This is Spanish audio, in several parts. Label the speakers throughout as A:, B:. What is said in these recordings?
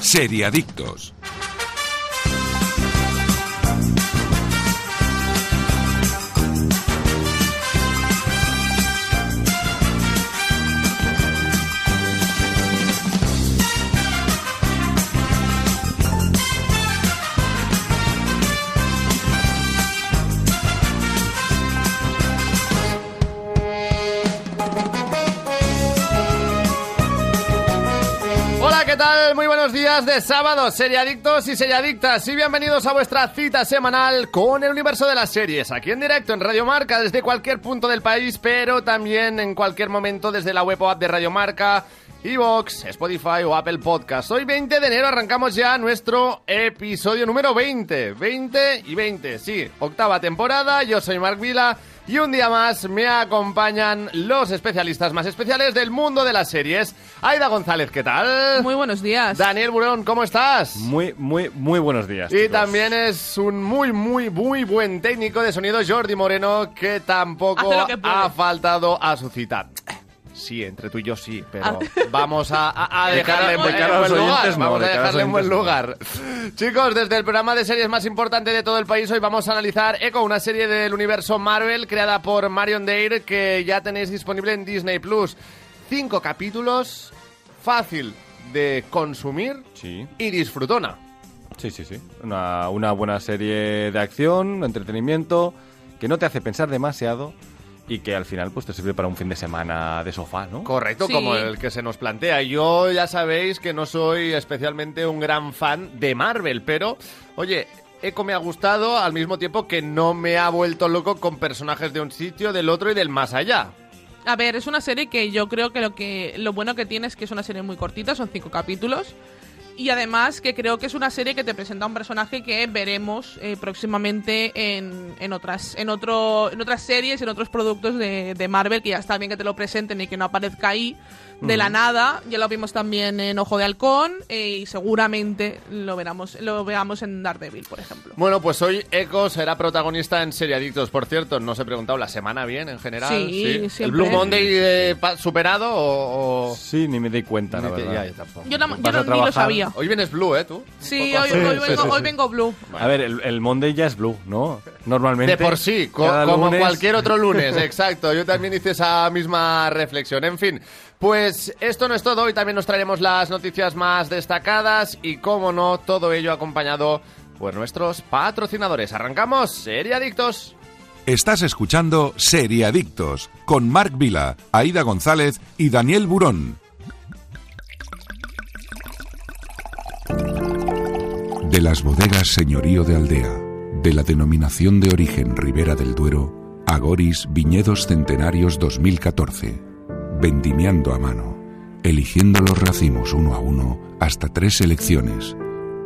A: Seriadictos.
B: Hola, ¿qué tal? Muy buenos días de sábado, seriadictos y seriadictas, y bienvenidos a vuestra cita semanal con el universo de las series, aquí en directo en Radio Marca, desde cualquier punto del país, pero también en cualquier momento desde la web o app de Radio Marca, Evox, Spotify o Apple Podcast. Hoy 20 de enero arrancamos ya nuestro episodio número 20, 20 y 20, sí, octava temporada, yo soy Marc Vila. Y un día más me acompañan los especialistas más especiales del mundo de las series. Aida González, ¿qué tal?
C: Muy buenos días.
B: Daniel Burón, ¿cómo estás?
D: Muy, muy, muy buenos días.
B: Y
D: chicos.
B: también es un muy, muy, muy buen técnico de sonido Jordi Moreno, que tampoco
C: Hace lo que puede.
B: ha faltado a su cita. Sí, entre tú y yo sí, pero vamos a, a- a
D: Ah. De cara-
B: dejarle en
D: de
B: buen,
D: cara a
B: en
D: los
B: buen lugar.
D: oyentes, no,
B: vamos a
D: de cara a los
B: dejarle en buen
D: oyentes, no.
B: lugar. Chicos, desde el programa de series más importante de todo el país, hoy vamos a analizar Echo, una serie del universo Marvel creada por Marion Dare que ya tenéis disponible en Disney Plus. Cinco capítulos, fácil de consumir
D: Sí,
B: y disfrutona.
D: sí, sí. sí. Una, una buena serie de acción, entretenimiento, que no te hace pensar demasiado y que al final pues te sirve para un fin de semana de sofá, ¿no?
B: Correcto,
C: Sí.
B: como el que se nos plantea. Yo ya sabéis que no soy especialmente un gran fan de Marvel, pero oye, Echo me ha gustado al mismo tiempo que no me ha vuelto loco con personajes de un sitio, del otro y del más allá.
C: A ver, es una serie que yo creo que lo que lo bueno que tiene es que es una serie muy cortita, son cinco capítulos. Y además que creo que es una serie que te presenta un personaje que veremos eh, próximamente en, en otras en otro en otras series, en otros productos de, de Marvel, que ya está bien que te lo presenten y que no aparezca ahí de la nada. Ya lo vimos también en Ojo de Halcón eh, y seguramente lo veramos, lo veamos en Daredevil, por ejemplo.
B: Bueno, pues hoy Echo será protagonista en Seriadictos, por cierto. No os he preguntado, ¿la semana bien en general?
C: Sí,
B: ¿El
C: siempre.
B: Blue Monday eh, pa- superado o...? o-
D: Sí, ni me di cuenta, la
B: Ni te-
D: verdad.
B: ya, yo tampoco.
C: Yo, tam- yo
D: Vas a
C: no- ni lo
D: trabajar.
C: sabía.
B: Hoy vienes Blue, ¿eh, tú?
C: Sí,
B: Un
C: hoy,
B: poco
C: hoy
B: así.
C: vengo, hoy vengo blue.
D: A ver, el, el Monday ya es blue, ¿no? Normalmente.
B: De por sí, co-
D: cada
B: como
D: lunes-
B: cualquier otro lunes, exacto. Yo también hice esa misma reflexión. En fin, pues esto no es todo. Hoy también nos traeremos las noticias más destacadas y, como no, todo ello acompañado por nuestros patrocinadores. Arrancamos, Seriadictos.
A: Estás escuchando Seriadictos con Marc Vila, Aida González y Daniel Burón. De las bodegas Señorío de Aldea, de la denominación de origen Ribera del Duero, Agoris Viñedos Centenarios 2014. Vendimiando a mano, eligiendo los racimos uno a uno hasta tres selecciones,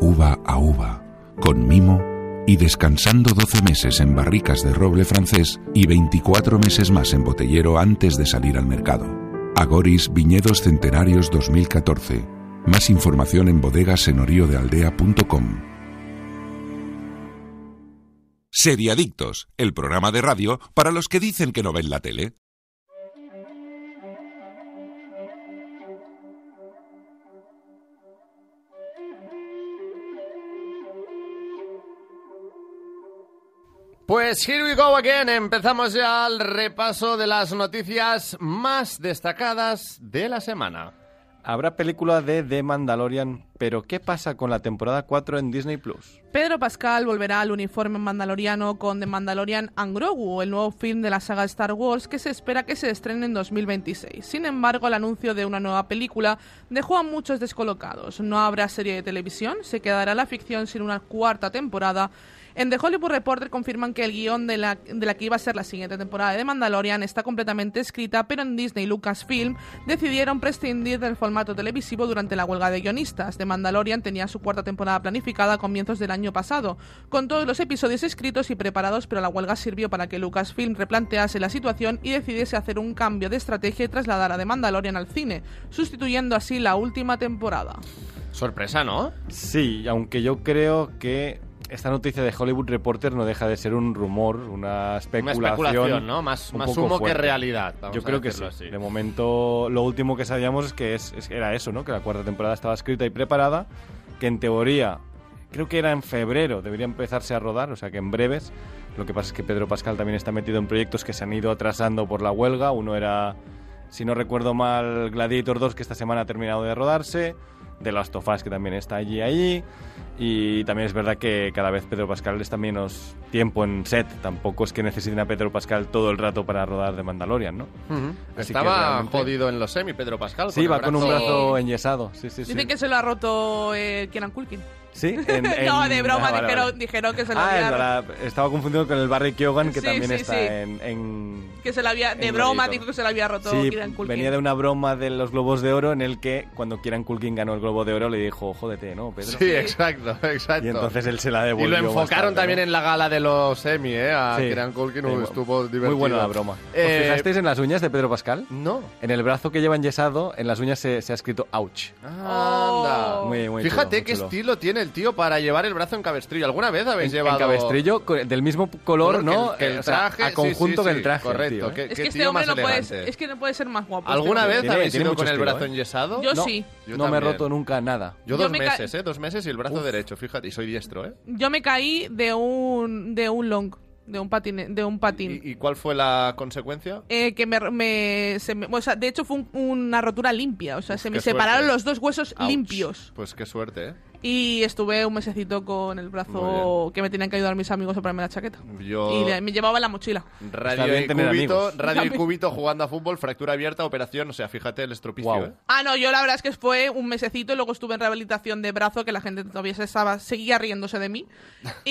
A: uva a uva, con mimo y descansando 12 meses en barricas de roble francés y 24 meses más en botellero antes de salir al mercado. Agoris Viñedos Centenarios 2014. Más información en bodegasenoriodealdea.com. Seriadictos, el programa de radio para los que dicen que no ven la tele.
B: Pues here we go again. Empezamos ya el repaso de las noticias más destacadas de la semana.
D: Habrá película de The Mandalorian, pero ¿qué pasa con la temporada 4 en Disney Plus?
C: Pedro Pascal volverá al uniforme mandaloriano con The Mandalorian and Grogu, el nuevo film de la saga Star Wars que se espera que se estrene en 2026. Sin embargo, el anuncio de una nueva película dejó a muchos descolocados. No habrá serie de televisión, se quedará la ficción sin una cuarta temporada. En The Hollywood Reporter confirman que el guión de la, de la que iba a ser la siguiente temporada de The Mandalorian está completamente escrita, pero en Disney y Lucasfilm decidieron prescindir del formato televisivo durante la huelga de guionistas. The Mandalorian tenía su cuarta temporada planificada a comienzos del año pasado, con todos los episodios escritos y preparados, pero la huelga sirvió para que Lucasfilm replantease la situación y decidiese hacer un cambio de estrategia y trasladar a The Mandalorian al cine, sustituyendo así la última temporada.
B: Sorpresa, ¿no?
D: Sí, aunque yo creo que esta noticia de Hollywood Reporter no deja de ser un rumor, una
B: Una
D: especulación.
B: especulación, ¿no? Más,
D: un
B: más
D: poco
B: humo que
D: fuerte.
B: realidad. vamos
D: Yo
B: a
D: creo que sí.
B: decirlo así.
D: De momento, lo último que sabíamos es que es, es- era eso, ¿no? Que la cuarta temporada estaba escrita y preparada, que en teoría, creo que era en febrero, debería empezarse a rodar, o sea que en breves. Lo que pasa es que Pedro Pascal también está metido en proyectos que se han ido atrasando por la huelga. Uno era, si no recuerdo mal, Gladiator 2, que esta semana ha terminado de rodarse. De Last of Us, que también está allí, allí. Y también es verdad que cada vez Pedro Pascal está menos tiempo en set. Tampoco es que necesiten a Pedro Pascal todo el rato para rodar de Mandalorian, ¿no?
B: Hmm.
D: Así que
B: Estaba
D: realmente-
B: jodido en los semi, Pedro Pascal.
D: Sí, va con un
B: brazo-
D: brazo enyesado. Sí, sí, sí.
C: Dicen que se lo ha roto eh, Kieran Culkin.
D: Sí, en-
C: no,
D: en-
C: de broma,
D: Ah, vale,
C: dijeron,
D: vale.
C: dijeron que se lo
D: Ah, es
C: había...
D: verdad. Estaba confundido con el Barry Keoghan, que
C: Sí,
D: también
C: sí,
D: está
C: sí.
D: en... en-
C: Que se lo había... De
D: en
C: broma
D: Gladiator.
C: dijo que se lo había roto
D: Sí,
C: Kieran Culkin.
D: venía de una broma de los Globos de Oro en el que cuando Kieran Culkin ganó el Globo de Oro le dijo, jódete, ¿no, Pedro?
B: Sí, exacto, exacto.
D: Y entonces él se la
B: Y
D: devolvió.
B: lo enfocaron
D: bastante, ¿no?
B: también en la gala de los semi, ¿eh? A
D: Sí.
B: Kieran Culkin,
D: Sí,
B: un-
D: bu-
B: estuvo divertido.
D: Muy buena la broma.
B: Eh,
D: ¿Os fijasteis en las uñas de Pedro Pascal?
B: No.
D: En el brazo que lleva enyesado, en las uñas se, se ha escrito ouch.
B: Anda.
D: Muy, muy
B: Oh. Fíjate
D: chulo, muy
B: qué
D: chulo.
B: estilo tiene el tío para llevar el brazo en cabestrillo. ¿Alguna vez habéis
D: En- en,
B: llevado
D: cabestrillo, co- del mismo color,
B: color que
D: ¿no?
B: el- que el
D: O sea,
B: traje?
D: a
B: Sí,
D: conjunto
B: sí,
D: que
B: sí,
D: el traje.
B: correcto,
D: tío, ¿eh?
B: ¿Qué-
C: Es
B: qué
C: que este
B: tío
C: hombre
B: más
C: no puede,
B: elegante?
C: ser, es que no puede ser más guapo. este
B: ¿Alguna
C: hombre.
B: vez
D: Tiene-
B: habéis
D: tiene
B: ido
D: mucho
B: con el
D: estilo,
B: brazo
D: ¿eh?
B: enyesado?
C: Yo
D: no,
C: sí.
B: Yo
D: no me he
B: también.
D: roto nunca nada.
B: Yo
C: Yo
B: dos
C: me ca-
B: meses, ¿eh? Dos meses y el brazo derecho, fíjate. Y soy diestro, ¿eh?
C: Yo me caí de un, de un long, de un, patine, de un patín.
B: ¿Y, y cuál fue la consecuencia?
C: Eh, que me, me- se me- o sea, de hecho fue un- una rotura limpia, o sea,
B: Uf,
C: se me
B: qué
C: separaron
B: suerte.
C: los dos huesos
B: Ouch.
C: limpios
B: Pues qué suerte, ¿eh?
C: y estuve un mesecito con el
B: Muy
C: brazo que me tenían que ayudar mis amigos a ponerme la chaqueta
B: Yo-
C: y de- me llevaba la mochila.
D: Está
B: Radio
D: bien
B: y
D: tener
B: cubito,
D: amigos.
B: radio y cubito jugando a fútbol, fractura abierta, operación, o sea, fíjate el estropicio,
D: Guau.
B: ¿eh?
C: Ah, no, yo la verdad es que fue un mesecito y luego estuve en rehabilitación de brazo que la gente todavía se estaba seguía riéndose de mí.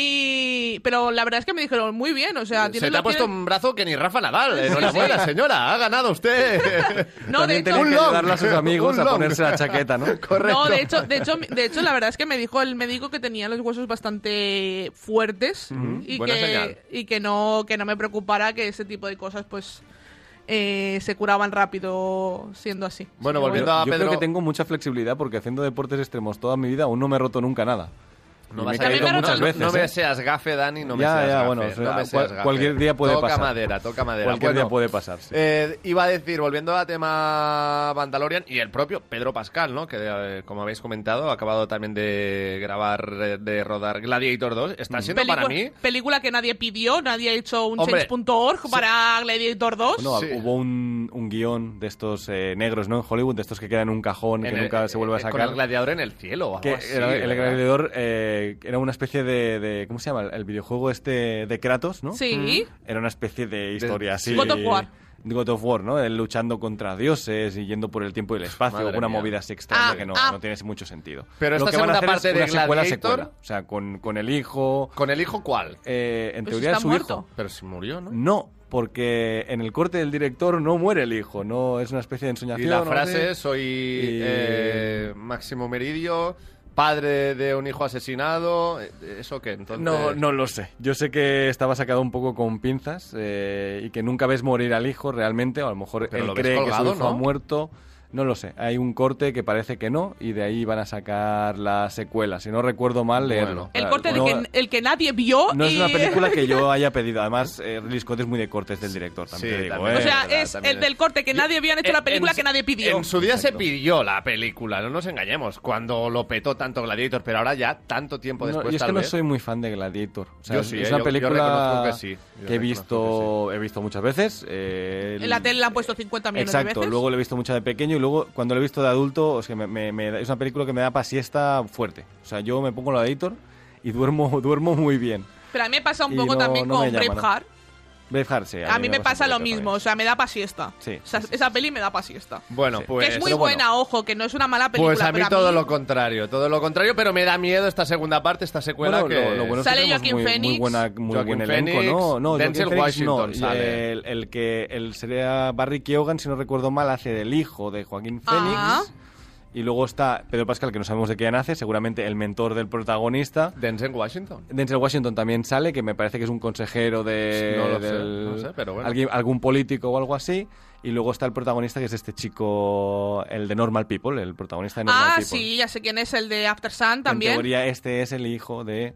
C: Y pero la verdad es que me dijeron muy bien, o sea,
B: Se
C: tienes
B: te ha
C: lo-
B: puesto
C: tienes-
B: un brazo que ni Rafa Nadal.
C: Sí, sí,
B: Enhorabuena,
C: sí.
B: señora. Ha ganado usted.
C: No, de
D: También
C: hecho,
D: tenía que
B: Un long.
D: ayudarle a sus amigos
B: Un
D: a
B: long.
D: ponerse la chaqueta, ¿no?
B: Correcto.
C: No, de hecho, de hecho, de hecho, la verdad es que me dijo el médico que tenía los huesos bastante fuertes y,
B: Buena
C: que,
B: señal.
C: y que no, que no me preocupara que ese tipo de cosas pues eh, se curaban rápido siendo así.
B: Bueno,
C: Así que
D: Yo,
B: volviendo a
D: yo
B: Pedro-
D: creo que tengo mucha flexibilidad porque haciendo deportes extremos toda mi vida aún no me he roto nunca nada.
B: No
D: Y
B: vas
D: me he
B: a-
C: caído
B: no, no,
D: muchas
B: no,
D: veces,
B: No me
D: ¿eh?
B: seas gafe, Dani, no me
D: Ya,
B: seas
D: ya,
B: gafe.
D: bueno, o sea,
B: no me seas
D: cual-
B: gafe.
D: cualquier día puede
B: toca
D: pasar.
B: madera, toca madera.
D: Cualquier día
B: Bueno,
D: puede pasar, sí.
B: eh, iba a decir, volviendo a tema Mandalorian y el propio Pedro Pascal, ¿no? Que, eh, como habéis comentado, ha acabado también de grabar, eh, de rodar Gladiator 2. Está siendo
C: Pelicua-
B: para mí...
C: película que nadie pidió, nadie ha hecho un
B: Hombre,
C: change.org para Gladiator 2.
D: No,
B: Sí.
D: hubo un, un guión de estos eh, negros, ¿no? En Hollywood, de estos que quedan en un cajón
B: en
D: que
B: el-
D: nunca se vuelve a
B: eh, con
D: sacar.
B: el gladiador en el cielo. o algo
D: que
B: así,
D: era- el
B: ¿verdad?
D: gladiador eh, era una especie de, de- ¿Cómo se llama? El videojuego este de Kratos, ¿no?
C: Sí.
D: Era una especie de historia así.
C: God of War.
D: God of War, ¿no? Él luchando contra dioses y yendo por el tiempo y el espacio.
B: Madre
D: una
B: mía.
D: movida así extraña
C: Ah,
D: que no,
C: ah.
D: no tiene mucho sentido.
B: Pero
D: Lo
B: esta
D: que van a
B: segunda
D: hacer
B: parte
D: es
B: de
D: una secuela,
B: Gladiator-
D: secuela. O sea, con, con el hijo.
B: ¿Con el hijo cuál?
D: eh, en
C: Pues
D: teoría
C: está
D: es su
C: muerto.
D: hijo.
B: Pero si murió, ¿no?
D: No, porque en el corte del director no muere el hijo, no es una especie de
B: Y
D: ensoñación.
B: la
D: ¿no?
B: frase
D: Sí.
B: es, soy
D: Y-
B: eh, Máximo Meridio, padre de un hijo asesinado. eh, ¿Eso qué? Entonces,
D: No, no lo sé. Yo sé que estaba sacado un poco con pinzas eh, y que nunca ves morir al hijo realmente, o a lo mejor
B: Pero
D: él
B: lo ves
D: cree que
B: colgado,
D: su hijo
B: ¿no?
D: ha muerto. No lo sé. Hay un corte que parece que no y de ahí van a sacar la secuela. Si no recuerdo mal,
B: Bueno.
D: leerlo.
C: el corte
D: No-
C: de que, el que nadie vio.
D: No es una
C: y-
D: película que yo haya pedido. Además, eh, Ridley Scott es muy de cortes del director, también
B: Sí,
D: te digo,
B: también.
D: ¿eh?
C: O sea,
B: verdad,
C: es
B: también
C: el
B: es.
C: del corte que nadie había hecho la
B: En-
C: película
B: en
C: que
B: su-
C: nadie pidió.
B: En su día se
D: Exacto.
B: pidió la película, no nos engañemos, cuando lo petó tanto Gladiator, pero ahora ya tanto tiempo
D: No,
B: Pues después
D: yo es que
B: tal
D: no
B: vez.
D: soy muy fan de Gladiator. O sea,
B: Yo
D: es-
B: sí,
D: es
B: eh, yo-
D: una
B: yo
D: película
B: reconozco que sí. Yo
D: que he
B: reconozco
D: visto, he visto muchas veces. eh,
C: En la tele la han puesto 50 millones de
D: Exacto,
C: veces.
D: luego lo he visto mucha de pequeño y luego cuando lo he visto de adulto, o sea, me- me- me da- es una película que me da pasiesta fuerte. O sea, yo me pongo la de editor y duermo, duermo muy bien.
C: Pero a mí me pasa un
D: Y
C: poco
D: no-
C: también
D: no me
C: con
D: llama, ¿no?
C: Braveheart.
D: Braveheart, sí,
C: A mí me pasa lo
D: mucho
C: mismo, o
D: también.
C: sea, me da pasiesta.
D: Sí,
C: O sea,
D: sí, sí,
C: esa peli me da pasiesta.
B: Bueno,
D: Sí.
B: pues...
C: que es muy
D: pero bueno.
C: buena, ojo, que no es una mala película.
B: Pues a mí
C: pero
B: todo lo contrario, todo lo contrario, pero me da miedo esta segunda parte, esta secuela
D: Bueno,
B: que...
D: lo, lo bueno es que
C: Sale
D: tenemos
C: Joaquin
D: muy, muy
C: Phoenix.
D: buena, muy
B: Joaquin
D: buen elenco,
B: Phoenix,
D: ¿no? no
B: Denzel
D: Joaquin Phoenix
B: Washington
D: no,
B: sale.
D: El, el que el sería Barry Keoghan, si no recuerdo mal, hace del hijo de Joaquín Phoenix.
C: Ah.
D: Y luego está Pedro Pascal, que no sabemos de qué nace, seguramente el mentor del protagonista.
B: Denzel Washington.
D: Denzel Washington también sale, que me parece que es un consejero de
B: No lo sé,
D: del-
B: no sé, pero bueno.
D: alguien- algún político o algo así. Y luego está el protagonista, que es este chico, el de Normal People, el protagonista de Normal
C: Ah,
D: People.
C: sí, ya sé quién es, el de After Sun
D: En
C: también.
D: teoría, este es el hijo de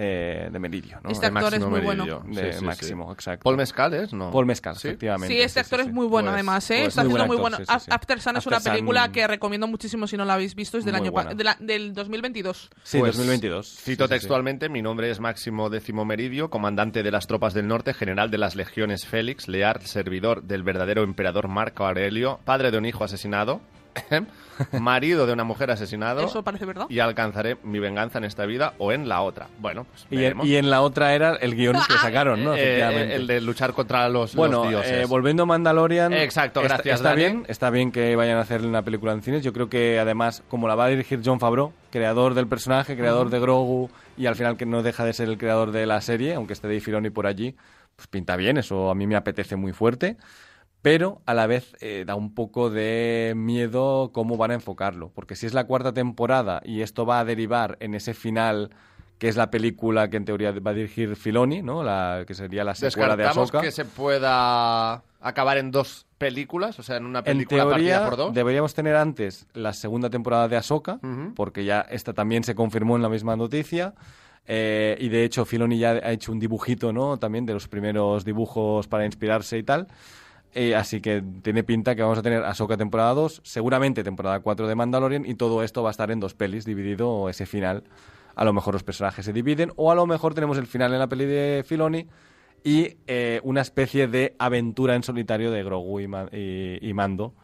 D: eh, de Meridio, ¿no?
C: Este
D: De
C: actor es
B: Máximo
C: muy
B: Meridio.
C: bueno.
B: Sí,
D: de
B: sí, sí.
D: Máximo, exacto.
B: Paul Mescal, ¿es? No.
D: Paul Mescal,
B: ¿Sí?
D: efectivamente.
C: Sí, este actor es muy bueno,
B: Pues-
C: además, ¿eh?
B: pues
C: Está
B: muy
C: haciendo
D: buen
C: muy
D: actor,
C: bueno.
D: sí, sí, sí.
C: After Sun es
D: After
C: una película
D: Sun-
C: que recomiendo muchísimo si no la habéis visto, es del
D: Muy
C: año pa-
D: buena.
C: de la- del 2022.
D: Sí,
B: Pues,
D: 2022.
B: Cito
D: Sí, sí, sí.
B: textualmente, mi nombre es Máximo Décimo Meridio, comandante de las tropas del norte, general de las legiones Félix, leal servidor del verdadero emperador Marco Aurelio, padre de un hijo asesinado, marido de una mujer asesinado,
C: Eso parece verdad.
B: y alcanzaré mi venganza en esta vida o en la otra. Bueno, pues
D: Y en,
B: veremos.
D: y en la otra era el guión que sacaron, ¿no?
B: Eh,
D: Efectivamente.
B: el de luchar contra los, los
D: Bueno,
B: dioses.
D: eh, volviendo a Mandalorian.
B: Exacto,
D: está-
B: gracias,
D: Está,
B: Dani.
D: bien, está bien que vayan a hacer una película en cines. Yo creo que además, como la va a dirigir John Favreau, creador del personaje, creador de Grogu, y al final que no deja de ser el creador de la serie, aunque esté Dave Filoni por allí, pues pinta bien, eso a mí me apetece muy fuerte. Pero a la vez eh, da un poco de miedo cómo van a enfocarlo. Porque si es la cuarta temporada y esto va a derivar en ese final que es la película que en teoría va a dirigir Filoni, ¿no? La, que sería la secuela de
B: Descartamos
D: Ahsoka.
B: que se pueda acabar en dos películas, o sea, en una
D: En
B: película partida
D: teoría,
B: por dos.
D: deberíamos tener antes la segunda temporada de Ahsoka, porque ya esta también se confirmó en la misma noticia. Eh, y de hecho, Filoni ya ha hecho un dibujito, ¿no? También de los primeros dibujos para inspirarse y tal. Eh, así que tiene pinta que vamos a tener Ahsoka temporada 2, seguramente temporada 4 de Mandalorian, y todo esto va a estar en dos pelis, dividido ese final. A lo mejor los personajes se dividen, o a lo mejor tenemos el final en la peli de Filoni y eh, una especie de aventura en solitario de Grogu y, Ma- y- y Mando,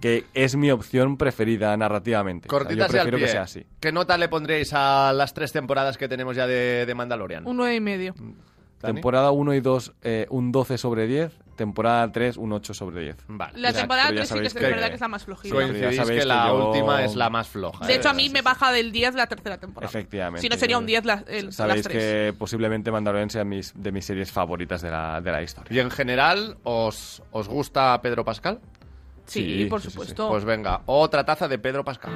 D: que es mi opción preferida narrativamente. O sea,
B: Cortitas
D: yo
B: y al
D: prefiero
B: pie.
D: que sea así.
B: ¿Qué nota le pondréis a las tres temporadas que tenemos ya de, de Mandalorian?
C: Un 9 y medio.
B: Dani.
D: Temporada 1 y 2, eh, un 12 sobre 10. Temporada 3, un 8 sobre 10.
B: Vale.
C: La
D: Ya,
C: temporada
D: pero ya
C: 3 sí que
D: sabéis
C: es
D: que-
C: verdad que es la más flojita.
D: Soy-
B: Coincidís
D: Ya
B: que,
D: sabéis que
B: la
D: yo-
B: última es la más floja.
C: De hecho, a
B: eh,
C: mí
B: sí,
C: me
B: sí.
C: baja del 10 la tercera temporada.
D: Efectivamente.
C: Si no sería un 10 la, el- las
D: Sabéis
C: 3.
D: que posiblemente Mandalorian sea mis, de mis series favoritas de la, de la historia.
B: ¿Y en general os, os gusta Pedro Pascal?
C: Sí,
D: Sí,
C: por
D: sí, sí, sí.
C: supuesto.
B: Pues venga, otra taza de Pedro Pascal.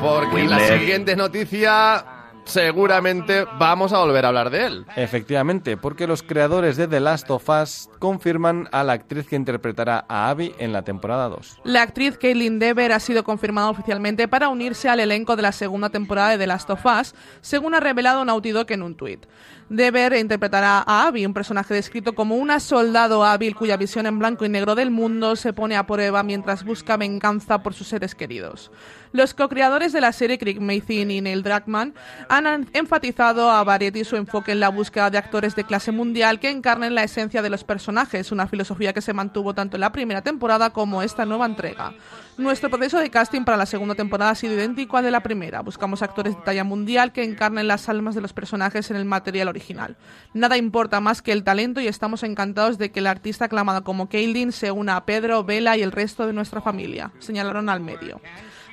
B: Porque en la siguiente noticia seguramente vamos a volver a hablar de él.
D: Efectivamente, porque los creadores de The Last of Us confirman a la actriz que interpretará a Abby en la temporada 2.
C: La actriz Caitlin Dever ha sido confirmada oficialmente para unirse al elenco de la segunda temporada de The Last of Us, según ha revelado Naughty Dog en un tuit. Dever interpretará a Abby, un personaje descrito como una soldado hábil cuya visión en blanco y negro del mundo se pone a prueba mientras busca venganza por sus seres queridos. Los co-creadores de la serie, Craig Mason y Neil Druckmann, han an- enfatizado a Variety su enfoque en la búsqueda de actores de clase mundial que encarnen la esencia de los personajes, una filosofía que se mantuvo tanto en la primera temporada como esta nueva entrega. Nuestro proceso de casting para la segunda temporada ha sido idéntico al de la primera. Buscamos actores de talla mundial que encarnen las almas de los personajes en el material original. Nada importa más que el talento y estamos encantados de que el artista aclamado como Kaylin se una a Pedro, Vela y el resto de nuestra familia, señalaron al medio.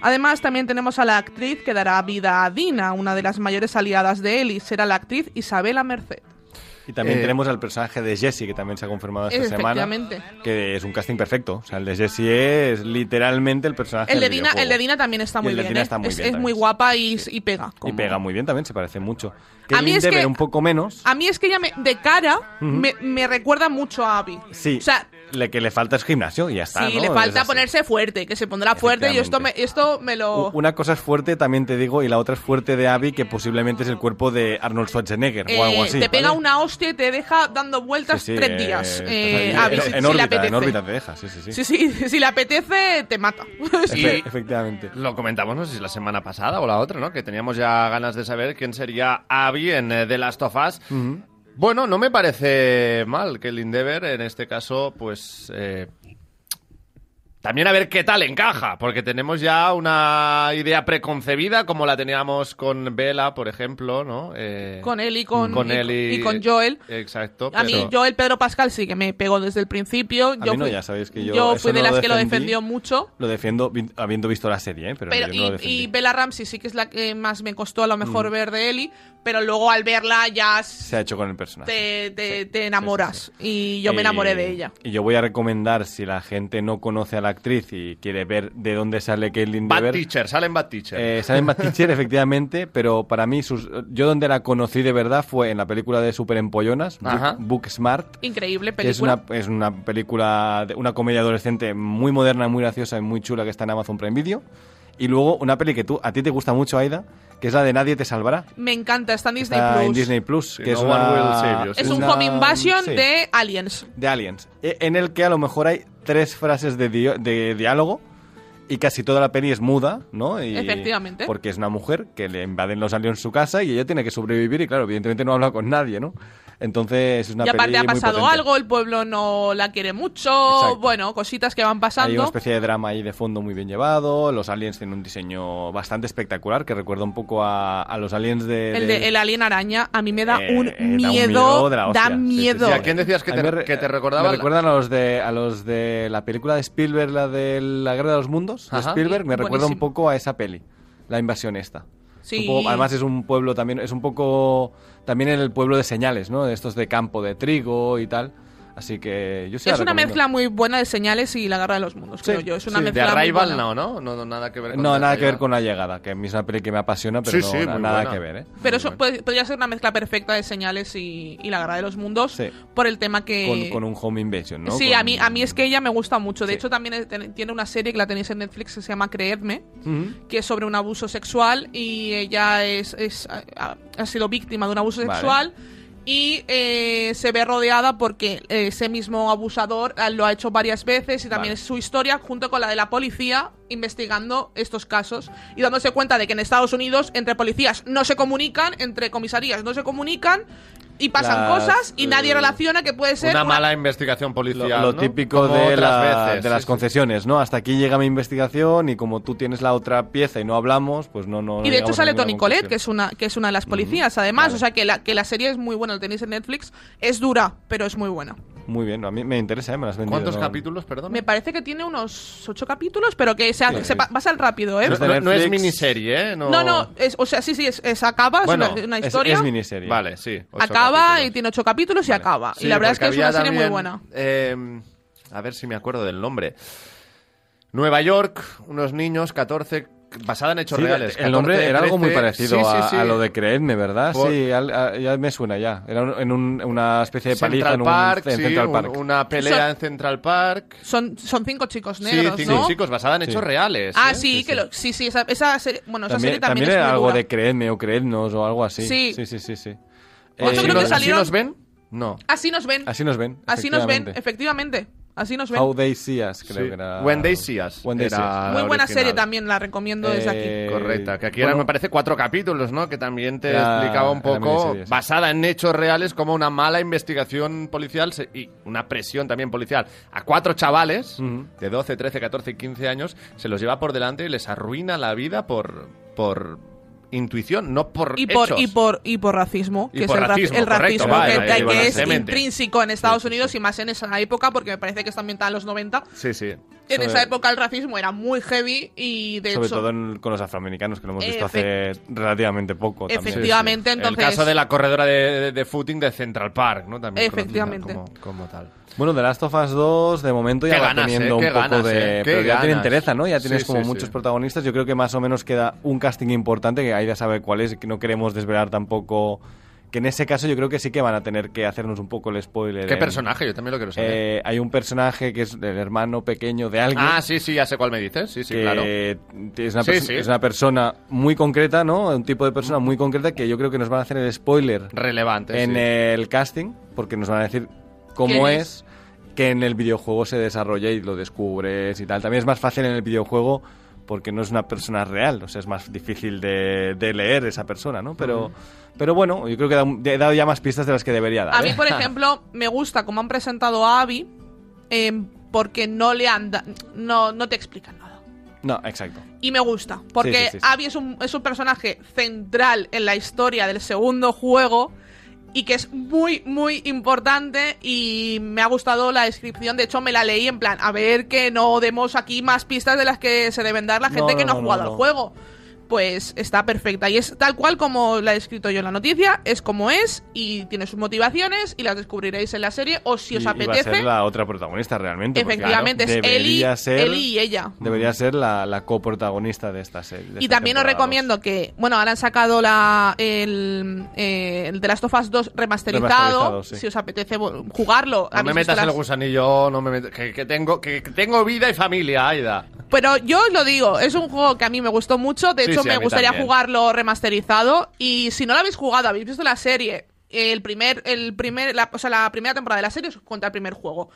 C: Además, también tenemos a la actriz que dará vida a Dina, una de las mayores aliadas de él, y será la actriz Isabela Merced.
D: Y también
B: Eh,
D: tenemos al personaje de Jesse, que también se ha confirmado esta semana.
C: Efectivamente.
D: Que es un casting perfecto. O sea, el de Jesse es literalmente el personaje
C: El de,
D: del
C: Dina, el de
D: videojuego.
C: Dina también está
D: Y
C: muy
D: el de
C: bien.
D: Dina
C: ¿eh?
D: está muy
C: es,
D: bien
C: es
D: también.
C: muy guapa y, y pega.
D: Y
C: como-
D: pega muy bien también, se parece mucho.
C: A mí
D: Caitlin
C: es que-
D: Dever un poco menos.
C: A mí es que ella me- de cara me, me recuerda mucho a Abby.
D: Sí,
C: O sea,
D: le que le falta es gimnasio y ya está.
C: sí,
D: ¿no?
C: le
D: Es
C: falta
D: así.
C: ponerse fuerte, que se pondrá fuerte. Y esto me, esto me
D: U-
C: lo.
D: Una cosa es fuerte, también te digo, y la otra es fuerte de Abby, que posiblemente es el cuerpo de Arnold Schwarzenegger
C: eh,
D: o algo así.
C: te pega
D: ¿vale?
C: una hostia y te deja dando vueltas
D: Sí, sí,
C: tres
D: eh,
C: días.
D: estás
C: eh,
D: ahí,
C: Abby,
D: en,
C: si,
D: en
C: si le
D: órbita,
C: apetece.
D: en órbita te deja, sí, sí, sí.
C: Sí, sí, si le apetece, te mata.
B: Y-
D: Efe- efectivamente.
B: Lo comentamos, no sé si la semana pasada o la otra, ¿no? Que teníamos ya ganas de saber quién sería Abby en eh, The Last of Us. Bueno, no me parece mal que el Endeavor, en este caso, pues... eh, también a ver qué tal encaja, porque tenemos ya una idea preconcebida, como la teníamos con Vela, por ejemplo, ¿no? Eh,
C: Con él y con,
B: con
C: y-
B: él y,
C: y con Joel.
B: Exacto.
C: A mí
B: pero-
C: Joel Pedro Pascal sí que me pegó desde el principio.
D: A
C: yo
D: mí no,
C: fui,
D: ya sabéis que yo eso
C: fui de
D: no
C: las
D: lo
C: que lo
D: defendí.
C: defendió mucho.
D: Lo defiendo vi- habiendo visto la serie, ¿eh? pero,
C: Pero,
D: yo no lo
C: y,
D: defendí. Mm.
C: y Bella Ramsey sí que es la que más me costó a lo mejor ver de Ellie, pero luego al verla ya
D: Se ha hecho con el personaje.
C: te, te- te enamoras. Y yo me
D: Eh,
C: enamoré de ella.
D: Y yo voy a recomendar, si la gente no conoce a la actriz y quiere ver de dónde sale Caitlin
B: Bad
D: Dever,
B: Teacher, salen Bad Teacher.
D: Eh, sale en Bad Teacher, efectivamente, pero para mí, sus- yo donde la conocí de verdad fue en la película de Super Empollonas,
B: Ajá.
D: Book, Book Smart.
C: Increíble
D: que Es
C: película.
D: una, es una película, de, una comedia adolescente muy moderna, muy graciosa y muy chula que está en Amazon Prime Video. Y luego una peli que tú, a ti te gusta mucho, Aida, que es la de Nadie te salvará.
C: Me encanta, está en Disney
D: Está
C: Plus.
D: en Disney Plus,
B: Sí,
D: que
B: no
D: es,
B: one
D: una-
B: will save you,
C: Es un
D: una-
C: home invasion
D: sí,
C: de aliens.
D: de Aliens, e- en el que a lo mejor hay tres frases de, dio- de diálogo y casi toda la peli es muda, ¿no? Y-
C: Efectivamente.
D: Porque es una mujer que le invaden los aliens su casa y ella tiene que sobrevivir y claro, evidentemente no habla con nadie, ¿no? Entonces es una
C: y aparte
D: peli
C: ha
D: muy
C: pasado
D: potente.
C: algo, el pueblo no la quiere mucho,
D: Exacto.
C: bueno, cositas que van
D: Hay una
C: pasando.
D: especie de drama ahí de fondo muy bien llevado. Los aliens tienen un diseño bastante espectacular que recuerda un poco a, a los aliens de.
C: El, de, el alien araña a mí me da
D: Eh,
C: un
D: eh, da un
C: miedo,
D: miedo de la
C: da
D: hostia. Sí, sí, sí.
C: miedo.
B: ¿Y a quién decías que
D: A
B: te,
D: mí re-
B: que te recordaba?
D: Me recuerdan a los, de, a los de la película de Spielberg, la de La Guerra de los Mundos. de
B: Ajá.
D: Spielberg me recuerda un
C: Buenísimo.
D: poco a esa peli, la invasión esta.
C: Sí.
D: Un poco- además es un pueblo también, es un poco también el pueblo de señales, ¿no? De estos de campo de trigo y tal. Así que yo sé.
C: es una mezcla muy buena de señales y la guerra de los mundos,
D: Sí,
C: creo yo. Es una
B: Sí, de
C: mezcla muy
B: Arrival
C: buena.
B: no, ¿no? No, no, nada que ver con
D: No,
B: The
D: nada que ver
B: Arrival.
D: con la llegada, que a mí es una peli que me apasiona, pero
B: Sí,
D: no,
B: sí,
D: na-
B: muy
D: nada
B: buena.
D: que ver, ¿eh?
C: Pero eso puede- podría ser una mezcla perfecta de señales y, y la guerra de los mundos
D: Sí.
C: por el tema que...
D: Con, con un home invasion, ¿no?
C: Eh, Sí,
D: Con-
C: a, mí, a mí es que ella me gusta mucho. De
D: Sí.
C: hecho, también es- ten- tiene una serie que la tenéis en Netflix que se llama Creedme,
D: Ujú.
C: que es sobre un abuso sexual y ella es, es- ha, ha sido víctima de un abuso
D: Vale.
C: sexual y eh, se ve rodeada porque eh, ese mismo abusador eh, lo ha hecho varias veces y también es
D: Vale.
C: su historia junto con la de la policía investigando estos casos y dándose cuenta de que en Estados Unidos entre policías no se comunican, entre comisarías no se comunican y pasan
D: Las,
C: cosas y nadie
D: eh,
C: relaciona que puede ser
B: Una
C: una-
B: mala investigación
D: Lo,
B: policial.
D: lo
B: ¿no?
D: típico
B: Como
D: de,
B: otras
D: la-
B: veces,
D: de
B: sí,
D: las
B: sí.
D: concesiones, ¿no? Hasta aquí llega mi investigación y como tú tienes la otra pieza y no hablamos, pues no. no
C: Y de hecho
D: llegamos a
C: sale
D: ninguna
C: Tony Colette, que
D: conclusión.
C: es una, que es una de las policías, además.
D: vale.
C: O sea que la, que la serie es muy buena, la tenéis en Netflix. Es dura, pero es muy buena.
D: Muy bien, a mí me interesa, ¿eh? Me las has vendido,
B: ¿Cuántos
D: ¿no?
B: capítulos, perdón?
C: Me parece que tiene unos ocho capítulos, pero que se, hace-
D: Sí,
C: se
D: sí.
C: pa- pasa al rápido, ¿eh?
B: No,
D: Es de
B: no- no es
D: Netflix.
B: miniserie, ¿eh? No,
C: No, no, es- o sea, sí, sí, es, es- acaba, es
B: Bueno,
C: una, una
D: Es-
C: historia.
D: Es, miniserie.
B: Vale, sí. ocho
C: acaba y
B: capítulos.
C: tiene ocho capítulos y acaba.
B: Sí,
C: y la verdad es que
B: porque
C: es una
B: había
C: serie muy
B: también,
C: buena.
B: eh, a ver si me acuerdo del nombre. Nueva York, unos niños, 14, basada en hechos
D: Sí,
B: reales.
D: el nombre
B: 14,
D: era algo muy
B: 13,
D: parecido
B: sí, sí,
D: a,
B: sí.
D: a lo de Creedme, ¿verdad?
B: Por-
D: Sí, al- a- ya me suena ya. Era un- en un- una especie de paliza
B: Central
D: en, un,
B: Park,
D: en
B: sí,
D: Central
B: un-
D: Park.
B: una pelea
C: Son-
B: en Central Park.
C: Son, son cinco chicos
B: Sí,
C: negros,
B: cinco
C: ¿no?
B: chicos, basada en hechos
D: Sí.
B: reales.
C: ah,
B: ¿eh?
C: sí, que lo- sí, sí, esa, esa serie, bueno, esa
D: También,
C: serie también,
D: también
C: es
D: era
C: muy
D: algo
C: dura.
D: de Creedme o Creednos o algo así.
C: Sí.
D: sí, sí, sí. sí. Eh,
C: Ocho
B: ¿Así
C: creo que
B: nos- así
C: salieron-
B: nos ven? No.
C: Así nos ven.
D: Así nos ven.
C: Así nos ven,
D: efectivamente.
C: efectivamente. Así nos ven.
D: How They See Us, creo
B: Sí.
D: que era.
B: When They See Us
D: When They
B: era
D: See Us.
B: la
C: Muy buena
B: original.
C: serie también, la recomiendo desde
D: Eh,
C: aquí.
B: Correcta, que aquí
D: bueno,
B: eran, me parece, cuatro capítulos, ¿no? Que también te
D: Era-
B: explicaba un
D: era
B: poco,
D: miniserie, sí.
B: basada en hechos reales, como una mala investigación policial se- y una presión también policial a cuatro chavales
D: Ujú.
B: de 12, 13, 14 y 15 años, se los lleva por delante y les arruina la vida por, por intuición, no por
C: Y por,
B: hechos.
C: y, por, y por racismo,
B: Y
C: que
B: por
C: es el, ra-
B: racismo,
C: el
B: correcto,
C: racismo
B: vale,
C: que-
B: ahí
C: que,
B: van a
C: es
B: ser.
C: intrínseco en Estados Unidos y más en esa época, porque me parece que está ambientada en los 90.
B: Sí, sí.
C: En
D: Sobre-
C: esa época el racismo era muy heavy y de
D: Sobre
C: hecho,
D: todo en- con los afroamericanos, que lo hemos visto hace
C: Efect-
D: relativamente poco. también.
C: efectivamente, entonces...
B: El caso de la corredora de, de- de footing de Central Park, ¿no? También conocida
C: Efectivamente.
B: Como, como tal.
D: Bueno, The Last of Us 2, de momento ya
B: Qué
D: va
B: ganas,
D: teniendo
B: eh, qué
D: un poco
B: ganas,
D: de.
B: eh, qué
D: pero ya tienen
B: ganas.
D: pereza, ¿no? Ya
B: Sí,
D: tienes como
B: sí,
D: muchos
B: sí.
D: protagonistas. Yo creo que más o menos queda un casting importante que Aida sabe cuál es, que no queremos desvelar tampoco. Que en ese caso yo creo que sí que van a tener que hacernos un poco el spoiler.
B: ¿Qué
D: en-
B: personaje? Yo también lo quiero saber.
D: Eh, hay un personaje que es el hermano pequeño de alguien.
B: ah, sí, sí, ya sé cuál me dices. Sí, sí,
D: que
B: claro.
D: es, una
B: Sí,
D: perso-
B: sí.
D: es una persona muy concreta, ¿no? Un tipo de persona muy concreta que yo creo que nos van a hacer el spoiler
B: Relevante.
D: en eh,
B: sí.
D: el casting, porque nos van a decir cómo
C: ¿Quién
D: es que en el videojuego se desarrolla y lo descubres y tal. También es más fácil en el videojuego porque no es una persona real, o sea, es más difícil de, de leer esa persona, ¿no? Pero, pero bueno, yo creo que he dado- he dado ya más pistas de las que debería dar.
C: A
D: ¿eh?
C: mí, por ejemplo, me gusta cómo han presentado a Abby em, porque no le han... da- No, no te explican nada.
D: No, exacto.
C: Y me gusta, porque
D: Sí, sí, sí, sí.
C: Abby es un, es un personaje central en la historia del segundo juego y que es muy, muy importante y me ha gustado la descripción. De hecho, me la leí en plan, a ver que no demos aquí más pistas de las que se deben dar la
D: No,
C: gente que no,
D: no, no,
C: ha
D: no,
C: jugado
D: no.
C: al juego. Pues está perfecta y es tal cual como la he escrito yo en la noticia, es como es y tiene sus motivaciones y las descubriréis en la serie o si os
D: Y- y va a
C: apetece,
D: ser la otra protagonista realmente. porque,
C: efectivamente
D: claro,
C: es Eli,
D: debería ser-
C: Eli y ella.
D: Debería ser la, la coprotagonista de esta serie. de
C: Y
D: esta
C: también os
D: temporada
C: recomiendo que, bueno, ahora han sacado la, el, eh, el The Last of Us 2 remasterizado.
D: Remasterizado, sí.
C: Si os apetece bueno, jugarlo.
B: No me
C: habéis visto
B: metas en el
C: las-
B: gusanillo, no me met- que, que tengo que, que tengo vida y familia, Aida.
C: Pero yo os lo digo, es un juego que a mí me gustó mucho. De
D: Sí,
C: hecho,
D: sí, a
C: me
D: mí
C: gustaría
D: también.
C: jugarlo remasterizado. Y si no lo habéis jugado, habéis visto la serie, el primer, el primer, la, o sea, la primera temporada de la serie os cuenta el primer juego.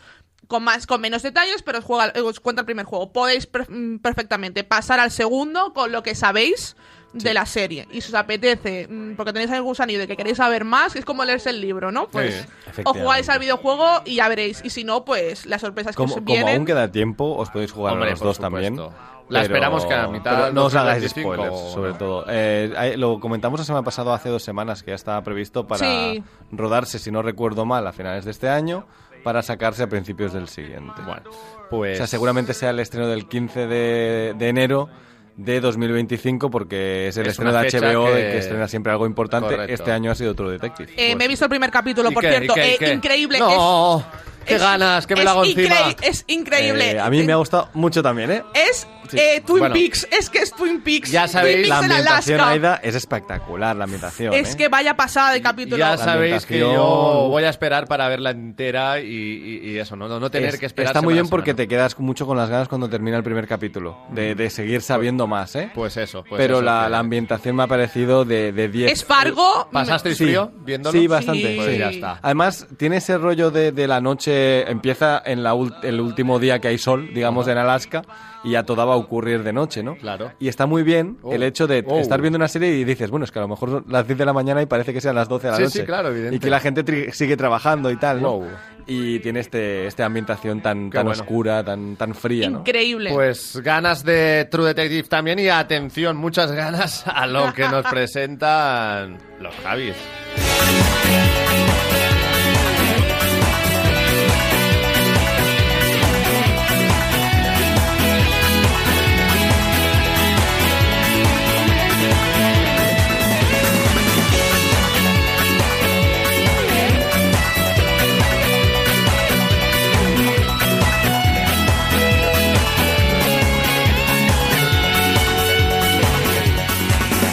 C: Con, más, con menos detalles, pero os, juega- eh, os cuenta el primer juego. Podéis per- mm, perfectamente pasar al segundo con lo que sabéis de la serie. Y si os apetece, mm, porque tenéis algún gusanillo de que queréis saber más, es como leerse el libro, ¿no? Pues o
D: efectivamente.
C: jugáis al videojuego y ya veréis. Y si no, pues las sorpresas que
D: Como,
C: os
D: como
C: vienen.
D: aún queda tiempo, os podéis jugar
B: Hombre,
D: a los
B: por
D: dos también.
B: supuesto. La esperamos que a mitad
D: pero
B: del
D: no os hagáis
B: 2025,
D: spoilers,
B: ¿no?
D: sobre todo. Eh, eh, lo comentamos la semana pasada, hace dos semanas, que ya estaba previsto para
C: Sí.
D: rodarse, si no recuerdo mal, a finales de este año, para sacarse a principios del siguiente.
B: Bueno, pues.
D: O sea, seguramente sea el estreno del 15 de, de enero de 2025 porque es el
B: Es
D: estreno
B: una
D: de
B: fecha
D: HBO de
B: que-
D: que estrena siempre algo importante.
B: Correcto.
D: Este año ha sido otro detective.
C: Eh, me he visto el primer capítulo,
B: Pues ¿Y
C: por
B: qué?
C: cierto.
B: ¿Y qué? ¿Y
C: eh,
B: qué?
C: Increíble. es-
B: No, qué
C: es-
B: ganas, que me lo hago
C: es
B: encima.
C: increí- Es increíble.
D: Eh, a mí me ha gustado mucho también, ¿eh?
C: Es
D: Sí.
C: eh, Twin
B: Bueno.
C: Peaks. Es que es Twin Peaks.
B: Ya sabéis,
C: Twin
D: La
C: Peaks en
D: ambientación,
C: Alaska.
D: Aida, es espectacular la ambientación.
C: Es
D: ¿eh?
C: que vaya pasada de capítulo.
B: Ya sabéis que yo
D: ambientación.
B: voy a esperar para verla entera y, y- y eso, ¿no? No, no tener
D: Es-
B: que esperar.
D: Está muy
B: semana a
D: bien porque
B: semana.
D: te quedas mucho con las ganas cuando termina el primer capítulo, de, de seguir sabiendo más, ¿eh?
B: Pues eso, pues
D: Pero
B: eso,
D: la,
B: que-
D: la ambientación me ha parecido de de 10.
C: Es Fargo.
B: ¿Pasasteis
D: Sí.
B: frío viéndolo?
D: Sí, bastante.
C: Sí.
B: Pues
D: sí.
B: ya está.
D: Además, tiene ese rollo de, de la noche. Empieza en la ul- el último día que hay sol, digamos, en Alaska, y ya todo va a ocurrir de noche, ¿no?
B: Claro.
D: Y está muy bien
B: Oh.
D: el hecho de
B: Oh.
D: estar viendo una serie y dices, bueno, es que a lo mejor son las 10 de la mañana y parece que sean las 12 de la
B: Sí,
D: noche.
B: sí, claro, evidente.
D: Y que la gente tri- sigue trabajando y tal, ¿no?
B: Wow.
D: Y tiene este, esta ambientación tan,
B: Qué
D: tan
B: bueno.
D: oscura, tan, tan fría, ¿no?
C: Increíble.
B: Pues ganas de True Detective también y atención, muchas ganas a lo que nos presentan los Javis.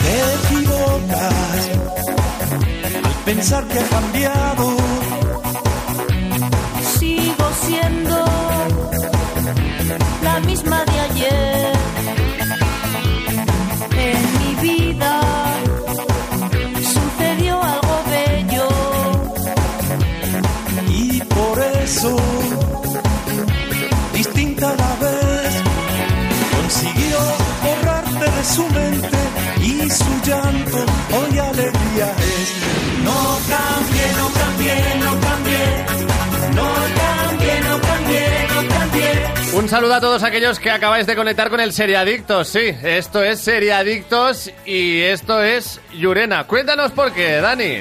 E: Te equivocas al pensar que ha cambiado.
F: sigo siendo la misma de ayer. En mi vida sucedió algo bello.
E: Y por eso, distinta a la vez, consiguió borrarte de su mente y su llanto hoy alegría es. No cambié, no cambié, no cambié, no cambié, no cambié, no cambié.
B: Un saludo a todos aquellos que acabáis de conectar con el Seriadictos. Sí, esto es Seriadictos y esto es Yurena. Cuéntanos por qué, Dani.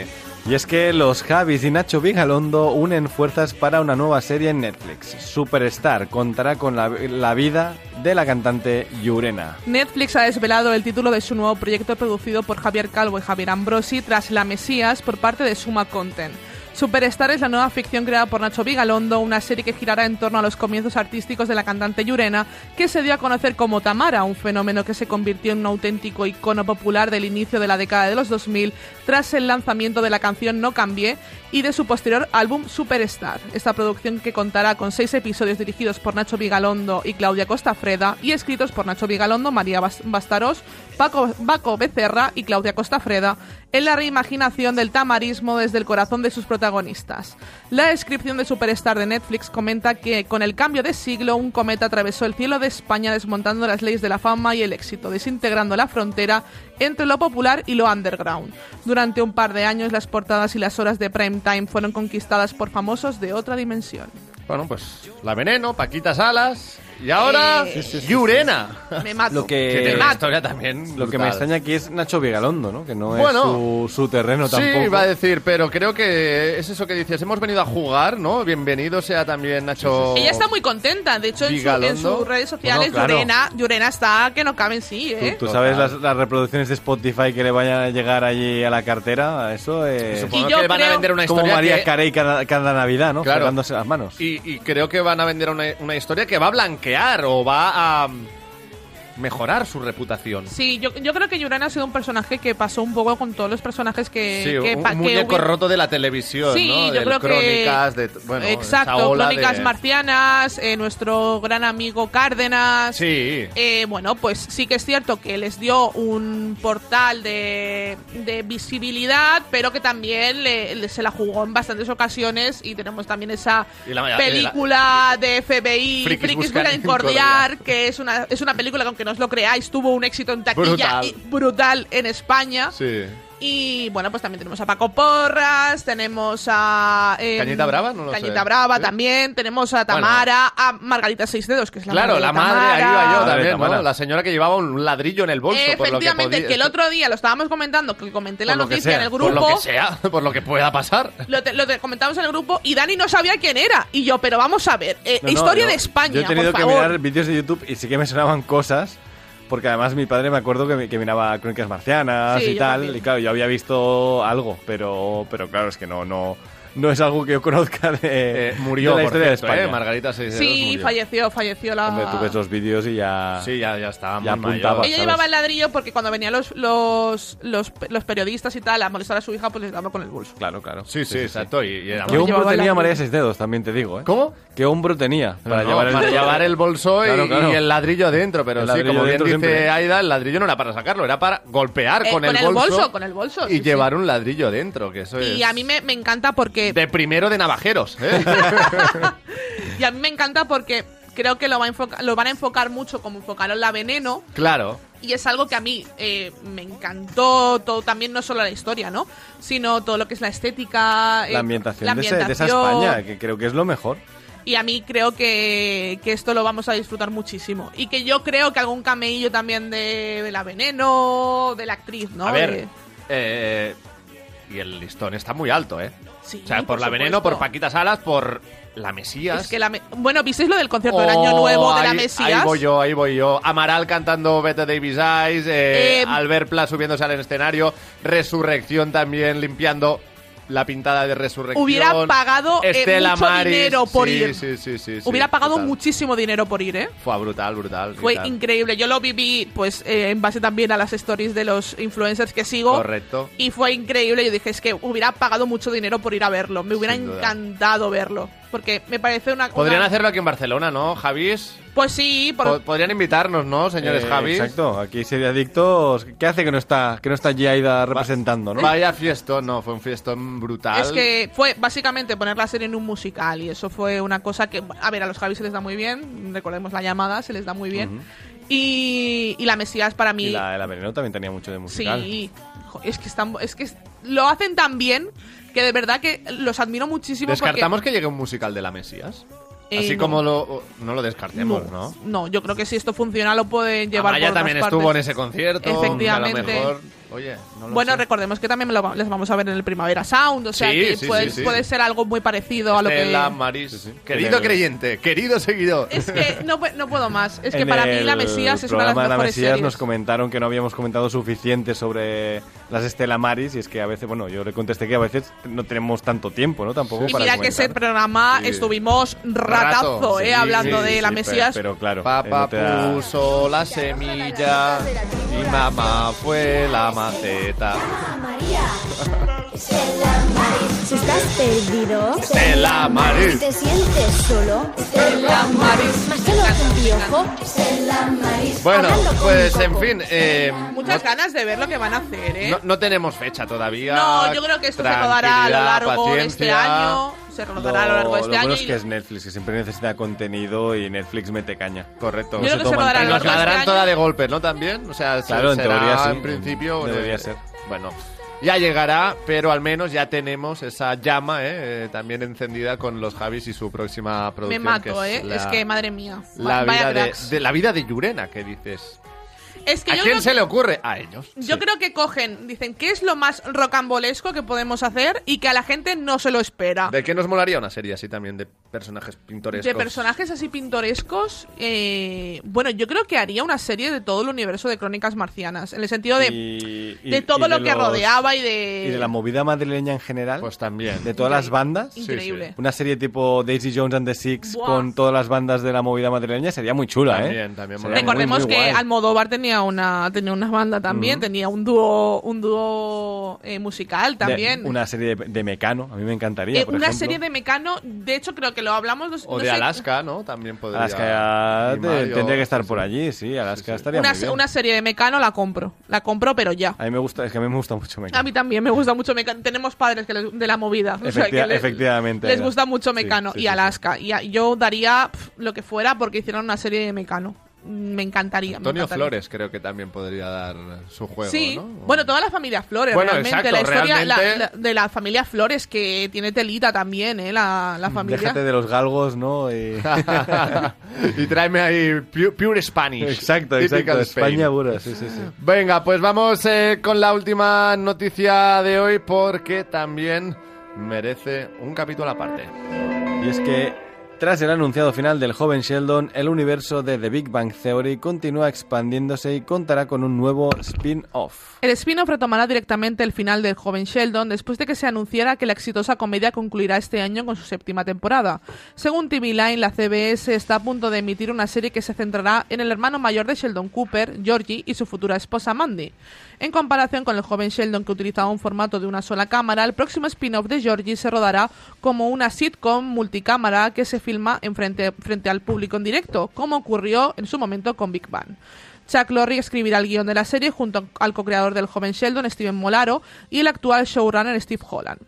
D: Y es que los Javis y Nacho Vigalondo unen fuerzas para una nueva serie en Netflix. Superstar contará con la, la vida de la cantante Yurena.
C: Netflix ha desvelado el título de su nuevo proyecto producido por Javier Calvo y Javier Ambrosi tras La Mesías por parte de Suma Content. Superstar es la nueva ficción creada por Nacho Vigalondo, una serie que girará en torno a los comienzos artísticos de la cantante Yurena, que se dio a conocer como Tamara, un fenómeno que se convirtió en un auténtico icono popular del inicio de la década de los 2000 tras el lanzamiento de la canción No Cambié y de su posterior álbum Superstar. Esta producción que contará con seis episodios dirigidos por Nacho Vigalondo y Claudia Costafreda y escritos por Nacho Vigalondo, María Bas- Bastaros, Paco, Paco Becerra y Claudia Costafreda en la reimaginación del tamarismo desde el corazón de sus protagonistas. La descripción de Superstar de Netflix comenta que con el cambio de siglo un cometa atravesó el cielo de España desmontando las leyes de la fama y el éxito, desintegrando la frontera entre lo popular y lo underground. Durante un par de años las portadas y las horas de prime time fueron conquistadas por famosos de otra dimensión.
B: Bueno, pues la veneno, Paquita Salas y ahora
C: Eh. Sí,
B: Yurena.
C: Me mato.
D: Lo que-
B: Que tiene
D: Eh,
B: una historia también.
D: Lo que me
B: brutal.
D: extraña aquí es Nacho Vigalondo, ¿no? Que no
B: Bueno.
D: es su, su terreno
B: Sí,
D: tampoco.
B: iba a decir, pero creo que es eso que dices. Hemos venido a jugar, ¿no? Bienvenido sea también Nacho.
C: Ella está muy contenta, de hecho en, su- en
B: Vigalondo.
C: sus redes sociales
D: Bueno, claro.
C: Llorena, Llorena está que no cabe en sí, ¿eh?
D: Tú
B: Total.
D: sabes las, las reproducciones de Spotify que le vayan a llegar allí a la cartera, A eso es
B: Supongo
C: Y yo
B: que van a
C: creo-
B: vender una
D: Eh, como
B: historia.
D: María
B: que-
D: Carey cada, cada Navidad, ¿no?
B: Claro.
D: Fregándose las manos.
B: y, y creo que van a vender una, una historia que va a blanquear o va a. mm, mejorar su reputación.
C: Sí, yo, yo creo que Yuran ha sido un personaje que pasó un poco con todos los personajes que.
B: Sí,
C: que
B: un,
C: pa-
B: un
C: que
B: muñeco
C: hubi-
B: roto de la televisión,
C: Sí,
B: ¿no?
C: yo
B: Del
C: creo
B: crónicas,
C: que.
B: de, bueno, esa
C: Exacto,
B: ola
C: Crónicas
B: de-
C: Marcianas, eh, nuestro gran amigo Cárdenas.
B: Sí,
C: Eh, bueno, pues sí que es cierto que les dio un portal de, de visibilidad, pero que también le- le- se la jugó en bastantes ocasiones y tenemos también esa
B: Y la- y la-
C: película de FBI,
B: Frikis
C: Frikis,
B: buscan
C: buscan encordiar, que es una, es una película que aunque no os lo creáis, tuvo un éxito en taquilla
B: Brutal.
C: y- brutal en España.
B: sí.
C: Y bueno, pues también tenemos a Paco Porras, tenemos a. eh,
B: ¿Cañita Brava? No lo sé.
C: Cañita Brava
B: ¿Sí?
C: también, tenemos a Tamara, a Margarita Seis Dedos, que es la
B: claro,
C: madre de
B: la madre,
C: Tamara.
B: ahí iba yo
D: Madre
B: también,
D: Tamara.
B: bueno, la señora que llevaba un ladrillo en el bolso, por lo que
C: Efectivamente,
B: podía-
C: que el otro día lo estábamos comentando, que comenté la
B: por lo que
C: noticia
B: sea,
C: en el
B: Por lo
C: grupo.
B: que sea, por lo que pueda pasar.
D: Eh,
C: Lo, te- lo te- comentamos en el grupo y Dani no sabía quién era. Y yo, pero vamos a ver, eh,
D: No, no,
C: historia
D: yo-
C: de España.
D: Yo he tenido
C: por
D: que
C: favor.
D: mirar vídeos de YouTube y sí que me sonaban cosas. Porque además mi padre me acuerdo que, mi- que miraba Crónicas Marcianas
C: Sí,
D: y
C: yo
D: tal.
C: también.
D: Y claro, yo había visto algo, pero, pero claro, es que no, no, no es algo que yo conozca de,
B: Eh, murió,
D: de la
B: por
D: historia
B: cierto,
D: de España.
B: ¿eh? Margarita Seideros
C: Sí,
B: murió.
C: falleció, falleció la.
D: Hombre, tú ves los vídeos y ya...
B: Sí, ya, ya estaba
D: Ya
B: muy
D: apuntaba.
B: mayor.
C: Ella
D: ¿sabes?
C: llevaba el ladrillo porque cuando venían los, los, los, los periodistas y tal a molestar a su hija, pues les daba con el bolso.
D: Claro, claro.
B: Sí, sí, exacto. Y, y era
D: ¿Qué
B: muy-
C: Yo-
D: hombro
C: Llevaba
D: tenía
C: la-
D: María Seis Dedos? También te digo, ¿eh?
B: ¿Cómo?
D: ¿Qué hombro tenía para
B: No,
D: llevar el
B: para llevar el bolso y,
D: Claro, claro.
B: y el ladrillo adentro. Pero sí,
D: El ladrillo
B: como bien dice
D: dentro siempre.
B: Aida, el ladrillo no era para sacarlo, era para golpear
C: Eh,
B: con, el, bolso
C: con el bolso,
B: Y
C: sí,
B: llevar un ladrillo dentro, que eso es.
C: Y a mí me, me encanta porque.
B: Pues De primero de navajeros, ¿eh?
C: Y a mí me encanta porque creo que lo, va a enfoca- lo van a enfocar mucho como enfocaron la veneno.
B: claro.
C: Y es algo que a mí eh, me encantó todo, también no solo la historia, ¿no? Sino todo lo que es la estética. eh,
D: La ambientación,
C: la
D: de ese- de esa
C: ambientación.
D: España, que creo que es lo mejor.
C: Y a mí creo que, que esto lo vamos a disfrutar muchísimo. Y que yo creo que algún cameillo también de, de la veneno, de la actriz, ¿no?
B: a ver.
C: De-
B: eh, y el listón está muy alto, ¿eh?
C: sí,
B: O sea, por, la
C: supuesto.
B: veneno, por Paquita Salas, por la Mesías.
C: Es que la me- bueno, ¿visteis lo del concierto del
B: Oh,
C: Año Nuevo de la
B: ahí- Ahí
C: Mesías?
B: voy yo, ahí voy yo. Amaral cantando Beta Davis Eyes, eh,
C: Eh,
B: Albert Pla subiéndose al escenario, Resurrección también limpiando la pintada de Resurrección.
C: Hubiera pagado, eh, mucho dinero por
B: Sí,
C: ir.
B: Sí, sí, sí, sí,
C: Hubiera pagado
B: brutal.
C: muchísimo dinero por ir, ¿eh?
B: Fue brutal, brutal.
C: Fue
B: brutal.
C: increíble. Yo lo viví, pues, eh, en base también a las stories de los influencers que sigo.
B: Correcto.
C: Y fue increíble. Yo dije, es que hubiera pagado mucho dinero por ir a verlo. Me hubiera
B: Sin duda.
C: encantado verlo. Porque me parece una.
B: Podrían
C: una-
B: hacerlo aquí en Barcelona, ¿no, Javis?
C: Pues sí, por-
B: Po- Podrían invitarnos, ¿no, señores
D: Eh,
B: Javis?
D: Exacto, aquí sería adictos. ¿Qué hace que no está, que no está allí Aida representando, no?
B: Vaya fiestón, no, fue un fiestón brutal.
C: es que fue básicamente poner la serie en un musical. Y eso fue una cosa que. A ver, a los Javis se les da muy bien. Recordemos la llamada, se les da muy bien. y, y la Mesías para mí.
D: Y la, la Veneno también tenía mucho de musical.
C: Sí, Jo, es que están, es que es- lo hacen tan bien que de verdad que los admiro muchísimo.
B: ¿Descartamos que llegue un musical de la Mesías?
C: Eh,
B: Así
C: no.
B: como lo... No lo descartemos,
C: porque,
B: ¿no?
C: no, no, yo creo que si esto funciona lo pueden llevar.
B: Amaya
C: por otras
B: también estuvo en
C: partes.
B: ese concierto.
C: Efectivamente.
B: A lo mejor, oye, no lo
C: Bueno,
B: sé.
C: recordemos que también lo va- les vamos a ver en el Primavera Sound, o sea
B: Sí,
C: que
B: sí,
C: puede,
B: sí, sí. Este
C: puede ser algo muy parecido a lo que.
B: Estela Maris. Querido
D: Tiene-
B: creyente, querido seguidor.
C: Es que no, pu- no puedo más. Es que
D: En
C: para mí la
D: el
C: Mesías es una de las
D: programa
C: mejores
D: la Mesías
C: series.
D: nos comentaron que no habíamos comentado suficiente sobre las Estela Maris y es que a veces, bueno, yo le contesté que a veces no tenemos tanto tiempo, ¿no? Tampoco
C: y
D: para
C: mira que
D: comentar.
C: ese programa
B: Sí.
C: estuvimos ratazo,
B: Rato,
C: eh,
B: sí,
C: hablando
D: Sí,
C: de la
D: sí, pe-
C: Mesías.
D: Pero, claro, eh,
B: Papá
D: no te da-
B: puso la semilla y mamá fue la maceta.
G: María. Estela Maris. Si estás perdido,
B: Estela Maris.
G: te sientes solo, Estela Maris. Más solo que un piojo, Estela Maris.
B: Bueno,
G: Hablando con
B: pues
G: un
B: en
G: coco.
B: fin, eh,
C: Muchas ganas de ver lo que van a hacer, eh.
B: no, no tenemos fecha todavía.
C: No, yo creo que esto se rodará a lo
B: Tranquilidad,
C: largo de este
B: paciencia.
C: año. Se rodará a lo largo de este año.
D: bueno es
C: y-
D: que es Netflix, que siempre necesita contenido y Netflix mete caña.
B: Correcto.
C: Yo
D: se
C: creo que se
D: toman
C: rodará a
B: Y
C: lo
B: nos
C: largo
B: la
C: de este
B: darán
C: año.
B: toda de golpe, ¿no? También, o sea, se-
D: Claro, en
B: será,
D: teoría sí.
B: en principio...
D: Debería
B: eh,
D: ser.
B: Bueno, ya llegará, pero al menos ya tenemos esa llama eh, eh, también encendida con los Javis y su próxima
C: Me
B: producción.
C: mato,
B: que es
C: ¿eh?
B: la-
C: es que, madre mía.
B: la
C: Vaya
B: vida de,
C: cracks.
B: de- la vida de Yurena, que dices.
C: Es que
B: ¿A
C: yo
B: quién
C: creo
B: se
C: que-
B: le ocurre? A ellos.
C: Yo
B: Sí.
C: creo que cogen, dicen, ¿qué es lo más rocambolesco que podemos hacer y que a la gente no se lo espera?
B: ¿De qué nos molaría una serie así también de personajes pintorescos?
C: De personajes así pintorescos, eh, bueno, yo creo que haría una serie de todo el universo de Crónicas Marcianas, en el sentido de,
D: Y- y-
C: de todo
D: y
C: lo que
D: los-
C: rodeaba y de...
D: Y de la movida madrileña en general.
B: Pues también.
D: De todas las bandas.
C: Increíble.
D: Una serie tipo Daisy Jones and the Six
C: Buah.
D: con todas las bandas de la movida madrileña sería muy chula,
B: También,
D: ¿eh?
B: también
D: Sería
B: molaría.
D: muy,
C: Recordemos
D: muy
C: que
D: guay. Mm.
C: Almodóvar tenía una tenía una banda también, tenía un dúo un dúo eh, musical
D: De-
C: también.
D: una serie de, de Mecano, a mí me encantaría.
C: Eh,
D: por
C: una
D: ejemplo.
C: serie de Mecano, de hecho creo que lo hablamos no-
B: O
C: no
B: de
C: sé-
B: Alaska, ¿no? También podría.
D: Alaska
B: y
D: te-
B: Mario.
D: tendría que estar por allí, sí. Alaska
B: Sí, sí.
D: estaría
C: Una,
D: muy bien.
C: una serie de Mecano la compro, la compro pero ya.
D: A mí me gusta, es que a mí me gusta mucho Mecano.
C: A mí también me gusta mucho Mecano. Tenemos padres que les- de la movida. o sea, que
D: Efecti-
C: le-
D: efectivamente,
C: Les
D: era.
C: gusta mucho
D: Sí,
C: Mecano
D: sí,
C: y
D: sí, sí.
C: Alaska. Y a- yo daría pf, lo que fuera porque hicieron una serie de Mecano. Mm, Me encantaría. me
B: Antonio
C: encantaría.
B: Flores creo que también podría dar su juego,
C: Sí,
B: ¿no?
C: bueno, toda la familia Flores,
B: Bueno,
C: realmente.
B: exacto,
C: la historia la-
B: realmente-
C: la- de la familia Flores que tiene telita también, ¿eh? La, la familia.
D: Déjate de los galgos, ¿no? Y-
B: y tráeme ahí Pure, pure Spanish.
D: exacto,
B: Typical
D: exacto.
B: Spain.
D: España pura, sí, sí, sí.
B: Venga, pues vamos eh, con la última noticia de hoy porque también merece un capítulo aparte.
D: Y es que, tras el anunciado final del joven Sheldon, el universo de The Big Bang Theory continúa expandiéndose y contará con un nuevo spin-off.
C: El spin-off retomará directamente el final del joven Sheldon después de que se anunciara que la exitosa comedia concluirá este año con su séptima temporada. Según TV Line, la CBS está a punto de emitir una serie que se centrará en el hermano mayor de Sheldon Cooper, Georgie, y su futura esposa Mandy. En comparación con el joven Sheldon que utilizaba un formato de una sola cámara, el próximo spin-off de Georgie se rodará como una sitcom multicámara que se filma en frente, frente al público en directo, como ocurrió en su momento con Big Bang. Chuck Lorre escribirá el guión de la serie junto al co-creador del joven Sheldon, Steven Molaro, y el actual showrunner Steve Holland.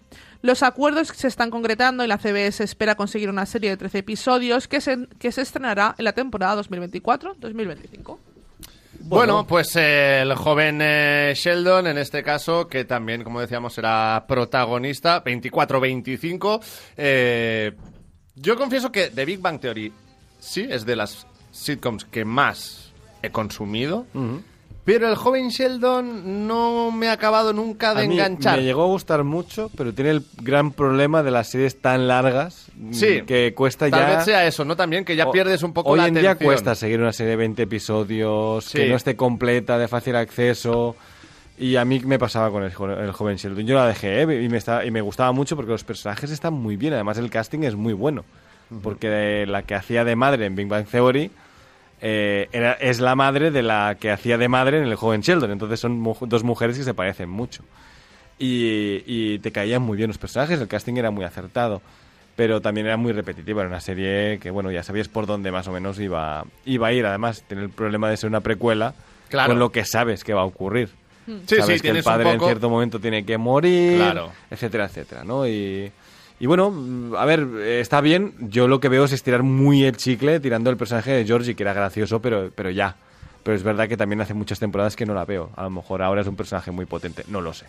C: Los acuerdos se están concretando y la CBS espera conseguir una serie de 13 episodios que se, que se estrenará en la temporada 2024-2025.
B: Bueno, pues eh, el joven eh, Sheldon, en este caso, que también, como decíamos, será protagonista, 24-25. eh, yo confieso que The Big Bang Theory sí es de las sitcoms que más he consumido, pero el joven Sheldon no me ha acabado nunca de
D: A mí
B: enganchar.
D: me llegó a gustar mucho, pero tiene el gran problema de las series tan largas mm,
B: Sí.
D: que cuesta
B: Tal
D: ya...
B: vez sea eso, ¿no? También que ya
D: O-
B: pierdes un poco
D: Hoy
B: la
D: en
B: atención.
D: día cuesta seguir una serie de 20 episodios,
B: Sí.
D: que no esté completa, de fácil acceso. Y a mí me pasaba con el, jo- el joven Sheldon. Yo la dejé ¿eh? y, me está- y me gustaba mucho porque los personajes están muy bien. Además, el casting es muy bueno. Porque la que hacía de madre en Big Bang Theory eh, era, es la madre de la que hacía de madre en el joven Sheldon. Entonces son mu- dos mujeres que se parecen mucho y, y te caían muy bien los personajes, el casting era muy acertado, pero también era muy repetitiva, era una serie que, bueno, ya sabías por dónde más o menos iba, iba a ir, además, tiene el problema de ser una precuela
B: Claro.
D: con lo que sabes que va a ocurrir.
B: Sí, sí,
D: sabes que el
B: tienes un
D: padre
B: poco-
D: en cierto momento tiene que morir,
B: Claro.
D: etcétera, etcétera, ¿no? Y, y bueno, mm, a ver, eh, está bien, yo lo que veo es estirar muy el chicle tirando el personaje de Georgie, que era gracioso, pero, pero ya. Pero es verdad que también hace muchas temporadas que no la veo. A lo mejor ahora es un personaje muy potente, no lo sé.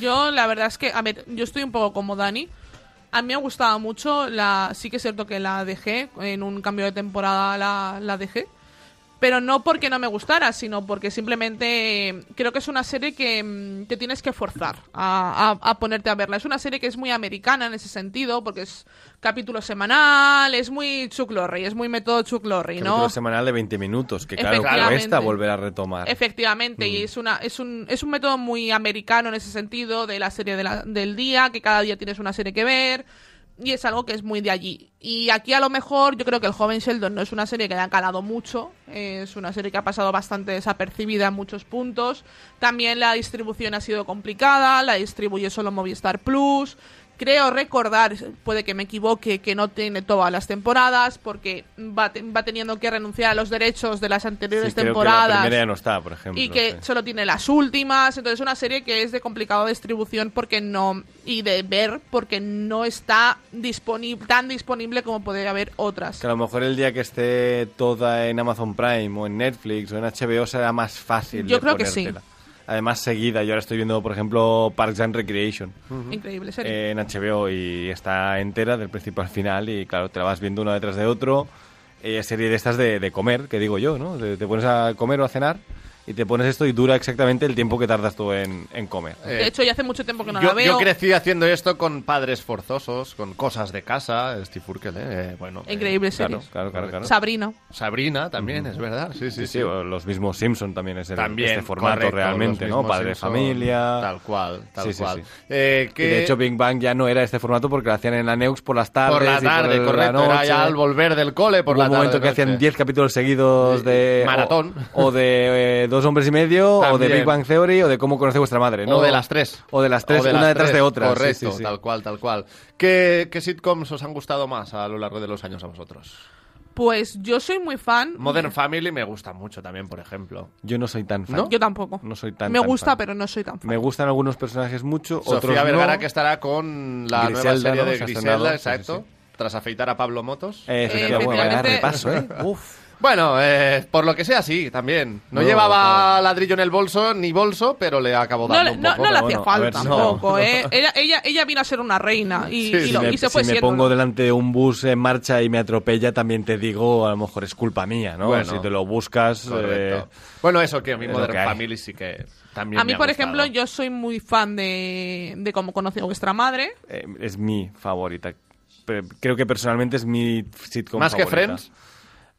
C: Yo, la verdad es que, a ver, yo estoy un poco como Dani. A mí me gustaba mucho, la, sí que es cierto que la dejé, en un cambio de temporada la, la dejé, pero no porque no me gustara, sino porque simplemente eh, creo que es una serie que mm, te tienes que forzar a, a- a ponerte a verla. Es una serie que es muy americana en ese sentido, porque es capítulo semanal, es muy Chuck Lorre, es muy método Chuck Lorre,
D: Capítulo
C: ¿no?
D: semanal de 20 minutos, que claro,
C: Efectivamente.
D: cuesta volver a retomar.
C: Efectivamente,
D: Mm.
C: y es, una, es, un, es un método muy americano en ese sentido, de la serie de la- del día, que cada día tienes una serie que ver, y es algo que es muy de allí. Y aquí a lo mejor yo creo que El joven Sheldon no es una serie que haya calado mucho, eh, es una serie que ha pasado bastante desapercibida en muchos puntos, también la distribución ha sido complicada, la distribuye solo Movistar Plus. Creo recordar, puede que me equivoque, que no tiene todas las temporadas porque va, te- va teniendo que renunciar a los derechos de las anteriores
D: Sí, creo que
C: temporadas.
D: la primera ya no está, por ejemplo.
C: Y que
D: sí.
C: solo tiene las últimas. Entonces, una serie que es de complicado distribución porque no. Y de ver porque no está disponible tan disponible como podría haber otras.
D: Que a lo mejor el día que esté toda en Amazon Prime o en Netflix o en HBO será más fácil.
C: Yo
D: de
C: creo que sí.
D: ponértela. Además, seguida. Yo ahora estoy viendo, por ejemplo, Parks and Recreation
C: Mm. Increíble serie.
D: eh, en HBO y está entera del principio al final. Y claro, te la vas viendo una detrás de otro. Eh, serie de estas de, de comer, que digo yo, ¿no? De- te pones a comer o a cenar y te pones esto y dura exactamente el tiempo que tardas tú en, en comer.
C: De hecho, ya hace mucho tiempo que no la
B: Yo,
C: veo.
B: yo crecí haciendo esto con padres forzosos, con cosas de casa, Steve Urkel, eh, bueno. eh,
C: Increíble
D: Claro,
C: series.
D: claro, claro. claro.
C: Sabrina.
B: Sabrina también, es verdad, sí, sí,
D: Sí, sí, o los mismos Simpson también es el
B: También,
D: este formato
B: correcto,
D: realmente,
B: los
D: ¿no?
B: mismos
D: Padre de
B: Simpson,
D: familia.
B: Tal cual, tal
D: Sí, sí,
B: cual.
D: sí.
B: Eh,
D: Y
B: que
D: de hecho, Big Bang ya no era este formato porque lo hacían en la Neux por las tardes.
B: por la
D: y
B: tarde,
D: por la
B: correcto, era ya
D: noche.
B: al volver del cole por
D: Hubo
B: la
D: un
B: tarde.
D: momento que hacían
B: noche.
D: 10 capítulos seguidos de.
B: Maratón.
D: O, o de eh, Dos Hombres y Medio, o de
B: También.
D: Big Bang Theory, o de Cómo Conoce Vuestra Madre, ¿no?
B: O de las tres.
D: O de las tres, una
B: las
D: detrás
B: tres,
D: de otra. sí,
B: Correcto,
D: sí, sí.
B: tal cual, tal cual. ¿Qué, ¿Qué sitcoms os han gustado más a lo largo de los años a vosotros?
C: Pues yo soy muy fan.
B: Modern Family me gusta mucho también, por ejemplo.
D: Yo no soy tan fan.
C: Yo tampoco.
D: No soy tan,
C: Me
D: tan
C: gusta,
D: fan.
C: pero no soy tan fan.
D: Me gustan algunos personajes mucho, otros
B: Sofía Vergara,
D: no.
B: que estará con la nueva
D: Griselda,
B: serie
D: ¿no?
B: de
D: Se ha
B: Griselda,
D: estrenado, sí, sí,
B: exacto. Tras afeitar a Pablo Motos.
D: Eh, efectivamente,
C: Eh,
D: bueno, vaya
C: efectivamente.
D: repaso, ¿eh? Uf.
B: Bueno, eh, por lo que sea, sí, también. No,
D: No,
B: llevaba ladrillo en el bolso, ni bolso, pero le acabó
C: No,
B: dando
C: le-
B: un
C: no-
B: poco.
C: no le
D: pero
C: hacía
D: bueno, a
C: falta
D: ver si no.
C: tampoco, ¿eh? Ella, ella, ella vino a ser una reina y,
B: Sí,
C: y
B: sí,
C: lo-
D: me-
C: y se fue
D: si me
C: siendo,
D: pongo
C: ¿no?
D: delante de un bus en marcha y me atropella, también te digo, a lo mejor es culpa mía, ¿no?
B: Bueno.
D: si te lo buscas... eh,
B: Correcto. Bueno, eso que a mí
D: es lo
B: Modern
D: que hay.
B: Family sí que también
C: A mí,
B: me ha
C: por
B: gustado.
C: ejemplo, yo soy muy fan de, de cómo conocí a vuestra madre.
D: eh, es mi favorita. Pero creo que personalmente es mi sitcom
B: ¿Más que
D: favorita.
B: Friends?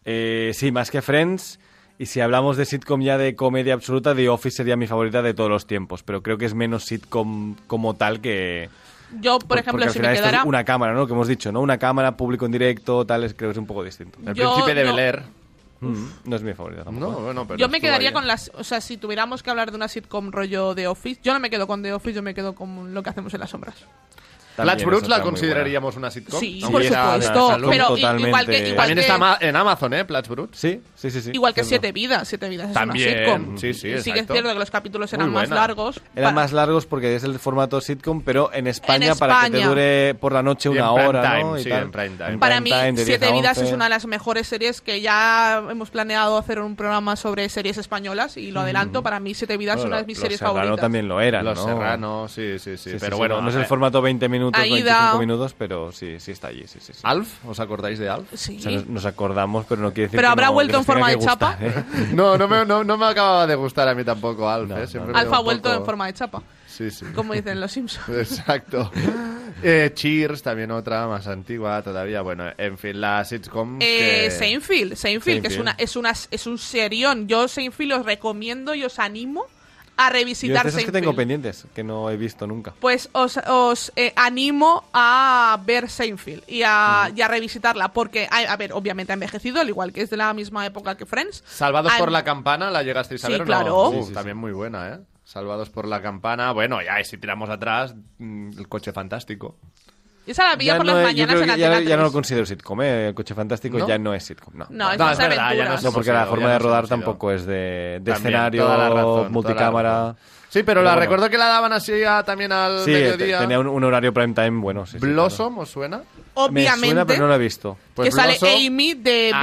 D: Eh, sí, más que Friends. Y si hablamos de sitcom ya de comedia absoluta, The Office sería mi favorita de todos los tiempos. Pero creo que es menos sitcom como tal que...
C: Yo, por,
D: porque
C: ejemplo,
D: al
C: si
D: final
C: me
D: esto es
C: quedara...
D: una cámara, ¿no? Lo que hemos dicho, ¿no? Una cámara, público en directo, tal, es- creo que es un poco distinto.
B: El
C: yo
B: príncipe de
C: no-
B: Bel Air.
D: Mm, No es mi favorita tampoco.
B: No, bueno, pero
C: Yo me
B: estuvo
C: quedaría
B: bien.
C: con las... O sea, si tuviéramos que hablar de una sitcom rollo de Office, yo no me quedo con The Office, yo me quedo con lo que hacemos en las sombras.
D: También
B: Latch
D: es
B: Brooks la
D: otra muy
B: consideraríamos una sitcom.
C: Sí,
B: aunque
C: por
B: era de
C: supuesto.
B: San Lucas.
C: Pero i- igual que,
D: Totalmente.
C: igual
B: También
C: que,
B: está ma- en Amazon, ¿eh? Platch Brooks.
D: Sí, sí, sí. sí.
C: igual que
D: Cierto.
C: Siete Vidas. Siete Vidas es
B: También,
C: una sitcom.
B: sí, sí,
C: Y sí que es
B: exacto.
C: cierto que los capítulos eran
B: Muy
C: más
B: buena.
C: largos.
D: Eran
C: Pa-
D: más largos porque es el formato sitcom, pero en España,
C: En
D: para que te
C: España.
D: dure por la noche
B: Y en
D: una
B: prime
D: hora.
B: time,
D: ¿no? Y
B: sí,
D: tal.
B: en prime time.
C: Para mí,
D: time de 10
C: Siete
D: a
C: Vidas
D: 11.
C: es una de las mejores series que ya hemos planeado hacer un programa sobre series españolas y
B: Mm.
C: lo adelanto. Para mí, Siete Vidas es
D: Bueno,
C: una de mis
D: los
C: series
D: Serrano
C: favoritas.
D: también lo era,
B: Los
D: ¿no?
B: Serrano, sí, sí, sí.
D: Sí, sí,
B: pero
D: sí,
B: bueno, eh,
D: no, no es
B: a
D: el
B: ver,
D: formato 20 minutos,
C: Aida.
D: 25 minutos, pero sí, sí está allí, sí, sí, sí.
C: Ah,
B: ¿Alf? ¿Os acordáis de Alf?
C: Sí.
D: O sea, nos, nos acordamos, pero no quiere decir
C: Pero
D: que
C: habrá
D: no- que
C: vuelto
D: nos
C: en forma
D: tenga que
C: de chapa.
D: gustar, ¿eh?
B: No, no me, no, no me acababa de gustar a mí tampoco Alf, ¿eh? Siempre me
C: Alfa
B: dio
C: ha
B: un
C: vuelto
B: poco-
C: en forma de chapa,
B: Sí, sí.
C: como dicen los Simpsons.
B: Exacto. Eh, Cheers, también otra más antigua todavía. Bueno, en fin, la sitcom.
C: Eh,
B: que-
C: Seinfeld, Seinfeld, que es
D: Seinfeld.
C: una, es una es un serión. Yo Seinfeld os recomiendo y os animo a
D: Yo es
C: revisitar
D: de esas que
C: Seinfeld.
D: tengo pendientes, que no he visto nunca.
C: pues os, os, eh, animo a ver Seinfeld y a,
D: Mm.
C: y a revisitarla, porque, a, a ver, obviamente ha envejecido, al igual que es de la misma época que Friends.
B: Salvados
C: Ah,
B: por la campana, ¿la llegasteis a
C: Sí,
B: ver? o no?
C: claro.
B: Uf,
D: Sí, sí, sí.
B: También muy buena, ¿eh? Salvados por la campana. Bueno, ya, y si tiramos atrás, mm, el coche fantástico.
C: Esa la veía por
D: no
C: las
D: he- yo
C: mañanas
D: creo
C: en
D: que ya,
C: Antena
D: ya no lo
C: 3.
D: considero sitcom, ¿eh? El coche fantástico
B: ¿No?
D: ya no es sitcom. No,
C: No,
B: No,
C: Ah, esas
B: es verdad, ya Ah, no
C: aventuras.
B: es
D: No, porque la
B: hemos
D: forma
B: ido,
D: de
B: ya nos
D: rodar
B: hemos ido.
D: tampoco es de, de
B: También,
D: escenario,
B: toda la razón, toda la
D: multicámara.
B: razón. Sí, pero la
D: bueno.
B: recuerdo que la daban así a- también al
D: Sí, te-
B: mediodía.
D: tenía un, un horario prime time bueno. Sí, sí, claro.
B: Blossom, ¿os suena?
C: Obviamente,
D: Me suena, pero no lo he visto.
B: Pues
C: que sale
B: Blossom-
C: Amy de Big Bang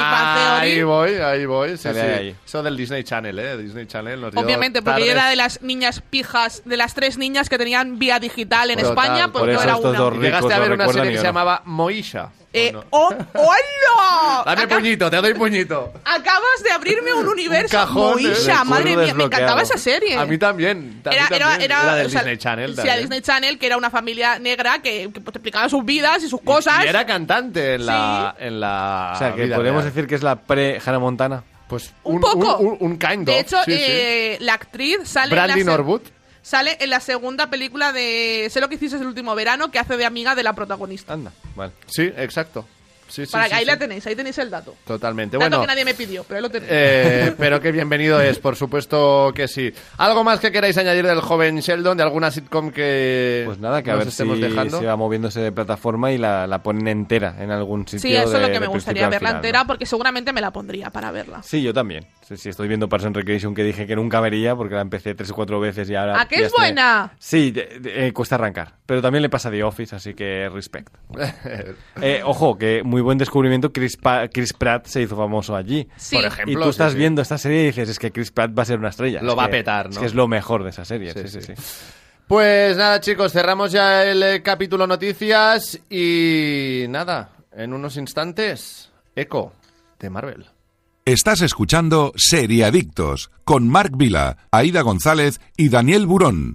B: Ahí
C: Theory.
B: voy, ahí voy. Sí,
D: Sale
B: sí.
D: ahí.
B: Eso del Disney Channel, ¿eh? Disney Channel nos dio
C: Obviamente, porque ella
B: tardes.
C: era de las niñas pijas, de las tres niñas que tenían vía digital en
B: Total,
C: España, pues
D: por
C: yo
D: eso
C: era
D: estos
C: una.
D: dos
B: Y
D: ricos
B: Llegaste a
D: lo
B: ver una
D: recuerdan
B: serie
D: y
B: que
D: yo
B: se
D: no.
B: llamaba Moisha.
C: Eh, ¡oh, ¡Hola!
B: Dame
C: Acá-
B: puñito, te doy puñito.
C: Acabas de abrirme un universo.
B: cajón,
C: Moisha,
B: eh,
C: madre
D: recuerdo
C: mía, me encantaba
D: desbloqueado.
C: esa serie.
B: A mí también. a mí
C: Era, era,
B: también.
C: era,
B: Era del
C: o sea,
B: Disney Channel.
C: Sí, la
B: también.
C: Disney Channel, que era una familia negra que, que te explicaba sus vidas y sus
B: Y-
C: cosas.
B: Y era cantante en la. En la
D: O sea, que
B: vida
D: podemos
B: real.
D: decir que es la pre-Hannah Montana.
B: Pues
C: Un poco.
B: Un, un kind
C: de
B: of,
C: hecho,
B: sí, sí.
C: eh, la actriz sale
B: Brandy
C: en la se-
B: Norwood.
C: sale en la segunda película de Sé lo que hiciste el último verano, que hace de amiga de la protagonista.
D: Anda, vale.
B: Sí, exacto. Sí, Ah, sí,
C: Para
B: sí,
C: ahí
B: sí.
C: la tenéis, ahí tenéis el dato.
B: Totalmente.
C: Dato
B: Bueno,
C: que nadie me pidió, pero ahí lo tenéis.
B: Eh, pero qué bienvenido es, por supuesto que sí. ¿Algo más que queráis añadir del joven Sheldon, de alguna sitcom que
D: Pues nada, que a
B: nos
D: ver si
B: estemos dejando?
D: se va moviéndose de plataforma y la, la ponen entera en algún sitio.
C: sí, eso
D: de-
C: es lo que
D: de
C: me
D: principio
C: gustaría
D: al
C: verla
D: final,
C: entera,
D: ¿no?
C: porque seguramente me la pondría para verla.
D: Sí, yo también. Sí, sí, estoy viendo Parks and Recreation que dije que nunca vería porque la empecé tres o cuatro veces y ahora...
C: ¿A qué
D: ya
C: es
D: estoy-
C: buena?
D: Sí, de- de- eh, cuesta arrancar. Pero también le pasa a The Office, así que respect. Eh, ojo, que muy buen descubrimiento, Chris, Pa- Chris Pratt se hizo famoso allí.
C: Sí.
B: Por ejemplo,
D: y tú
B: sí,
D: estás
B: sí.
D: viendo esta serie y dices, es que Chris Pratt va a ser una estrella.
B: Lo
D: Es
B: va a
D: que-
B: petar,
D: Es
B: ¿no?
D: que es lo mejor de esa serie.
B: Sí,
D: Sí,
B: sí.
D: sí, sí.
B: Pues nada, chicos, cerramos ya el eh, capítulo noticias y nada, en unos instantes, Eco de Marvel.
A: Estás escuchando Seriadictos con Marc Vila, Aida González y Daniel Burón.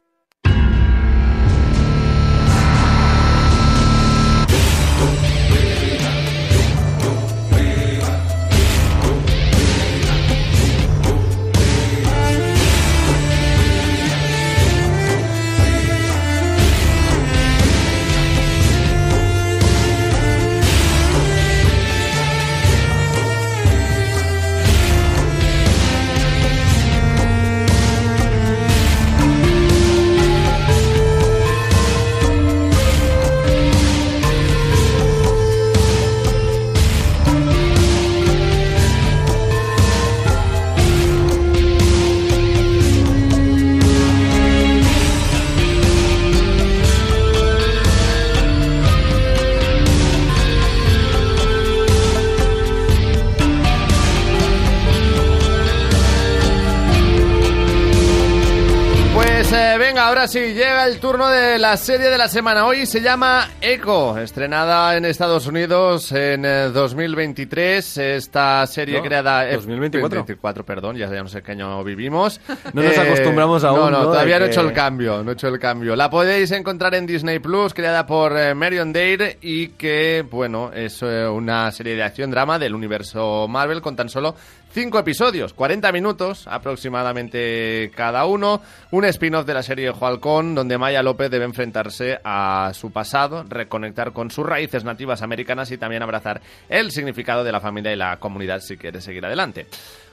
B: Pues eh, venga, ahora sí, llega el turno de la serie de la semana. Hoy se llama Echo, estrenada en Estados Unidos en eh, 2023. Esta serie
D: No,
B: creada... eh,
D: 2024.
B: 2024, perdón, ya, ya no sé qué año vivimos.
D: No nos acostumbramos
B: Eh, No,
D: aún,
B: no,
D: ¿no?
B: todavía
D: De
B: no he hecho
D: que-
B: el cambio, no he hecho el cambio. La podéis encontrar en Disney+, Plus, creada por eh, Marion Dare y que, bueno, es eh, una serie de acción-drama del universo Marvel con tan solo cinco episodios, 40 minutos aproximadamente cada uno, un spin-off de la serie Ojo Halcón, donde Maya López debe enfrentarse a su pasado, reconectar con sus raíces nativas americanas y también abrazar el significado de la familia y la comunidad si quiere seguir adelante.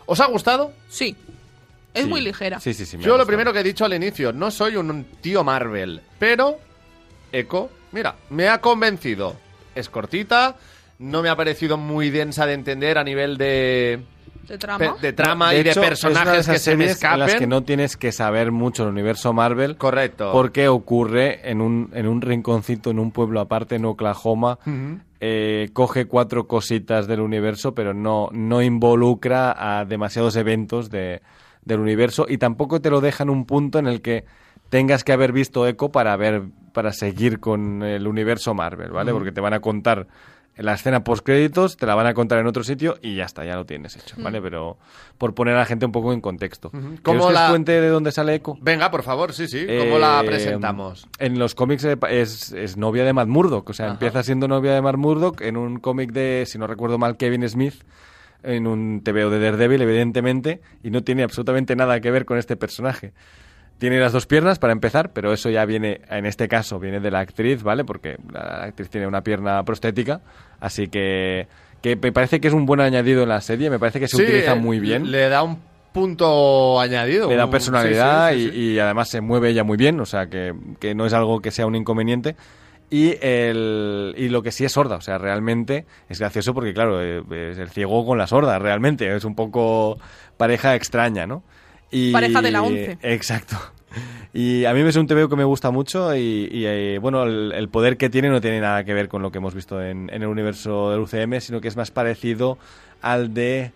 B: ¿Os ha gustado?
C: Sí. Es
D: Sí.
C: muy ligera.
D: Sí, sí, sí. me
B: Yo
D: ha
B: lo
D: gustado.
B: primero que he dicho al inicio, no soy un tío Marvel, pero Echo, mira, me ha convencido. Es cortita, no me ha parecido muy densa de entender a nivel de,
C: De trama.
B: pe- de trama
D: De
B: y
D: hecho,
B: de
D: es una de
B: personajes
D: esas
B: que se me
D: series en las
B: escapen.
D: que no tienes que saber mucho el universo Marvel.
B: Correcto.
D: Porque ocurre en un, en un rinconcito, en un pueblo aparte, en Oklahoma. Eh, coge cuatro cositas del universo, pero no, no involucra a demasiados eventos de, del universo. Y tampoco te lo deja en un punto en el que tengas que haber visto Echo para ver para seguir con el universo Marvel, ¿vale? Porque te van a contar la escena post créditos, te la van a contar en otro sitio y ya está, ya lo tienes hecho, ¿vale? Pero por poner a la gente un poco en contexto. ¿Quieres
B: Como
D: que os
B: la-
D: cuente de dónde sale Echo?
B: Venga, por favor, sí, sí, ¿cómo la
D: Eh,
B: presentamos?
D: En los cómics eh, pa- es, es novia de Matt Murdock, o sea, empieza siendo novia de Matt Murdock en un cómic de, si no recuerdo mal, Kevin Smith, en un TVO de Daredevil, evidentemente, y no tiene absolutamente nada que ver con este personaje. Tiene las dos piernas para empezar, pero eso ya viene, en este caso, viene de la actriz, ¿vale? Porque la actriz tiene una pierna prostética, así que, que me parece que es un buen añadido en la serie, me parece que se
B: Sí, eh,
D: utiliza muy bien
B: Le da un punto añadido.
D: le da
B: un-
D: personalidad
B: sí, sí, sí, sí.
D: Y, y además se mueve ella muy bien, o sea que, que no es algo que sea un inconveniente. Y, el, y lo que sí es sorda, o sea, realmente es gracioso porque, claro, eh, es el ciego con la sorda, realmente, es un poco pareja extraña, ¿no? Y-
C: Pareja de la once.
D: Exacto. Y a mí es un TVO que me gusta mucho y, y, eh, bueno, el, el poder que tiene no tiene nada que ver con lo que hemos visto en, en el universo del UCM, sino que es más parecido al de...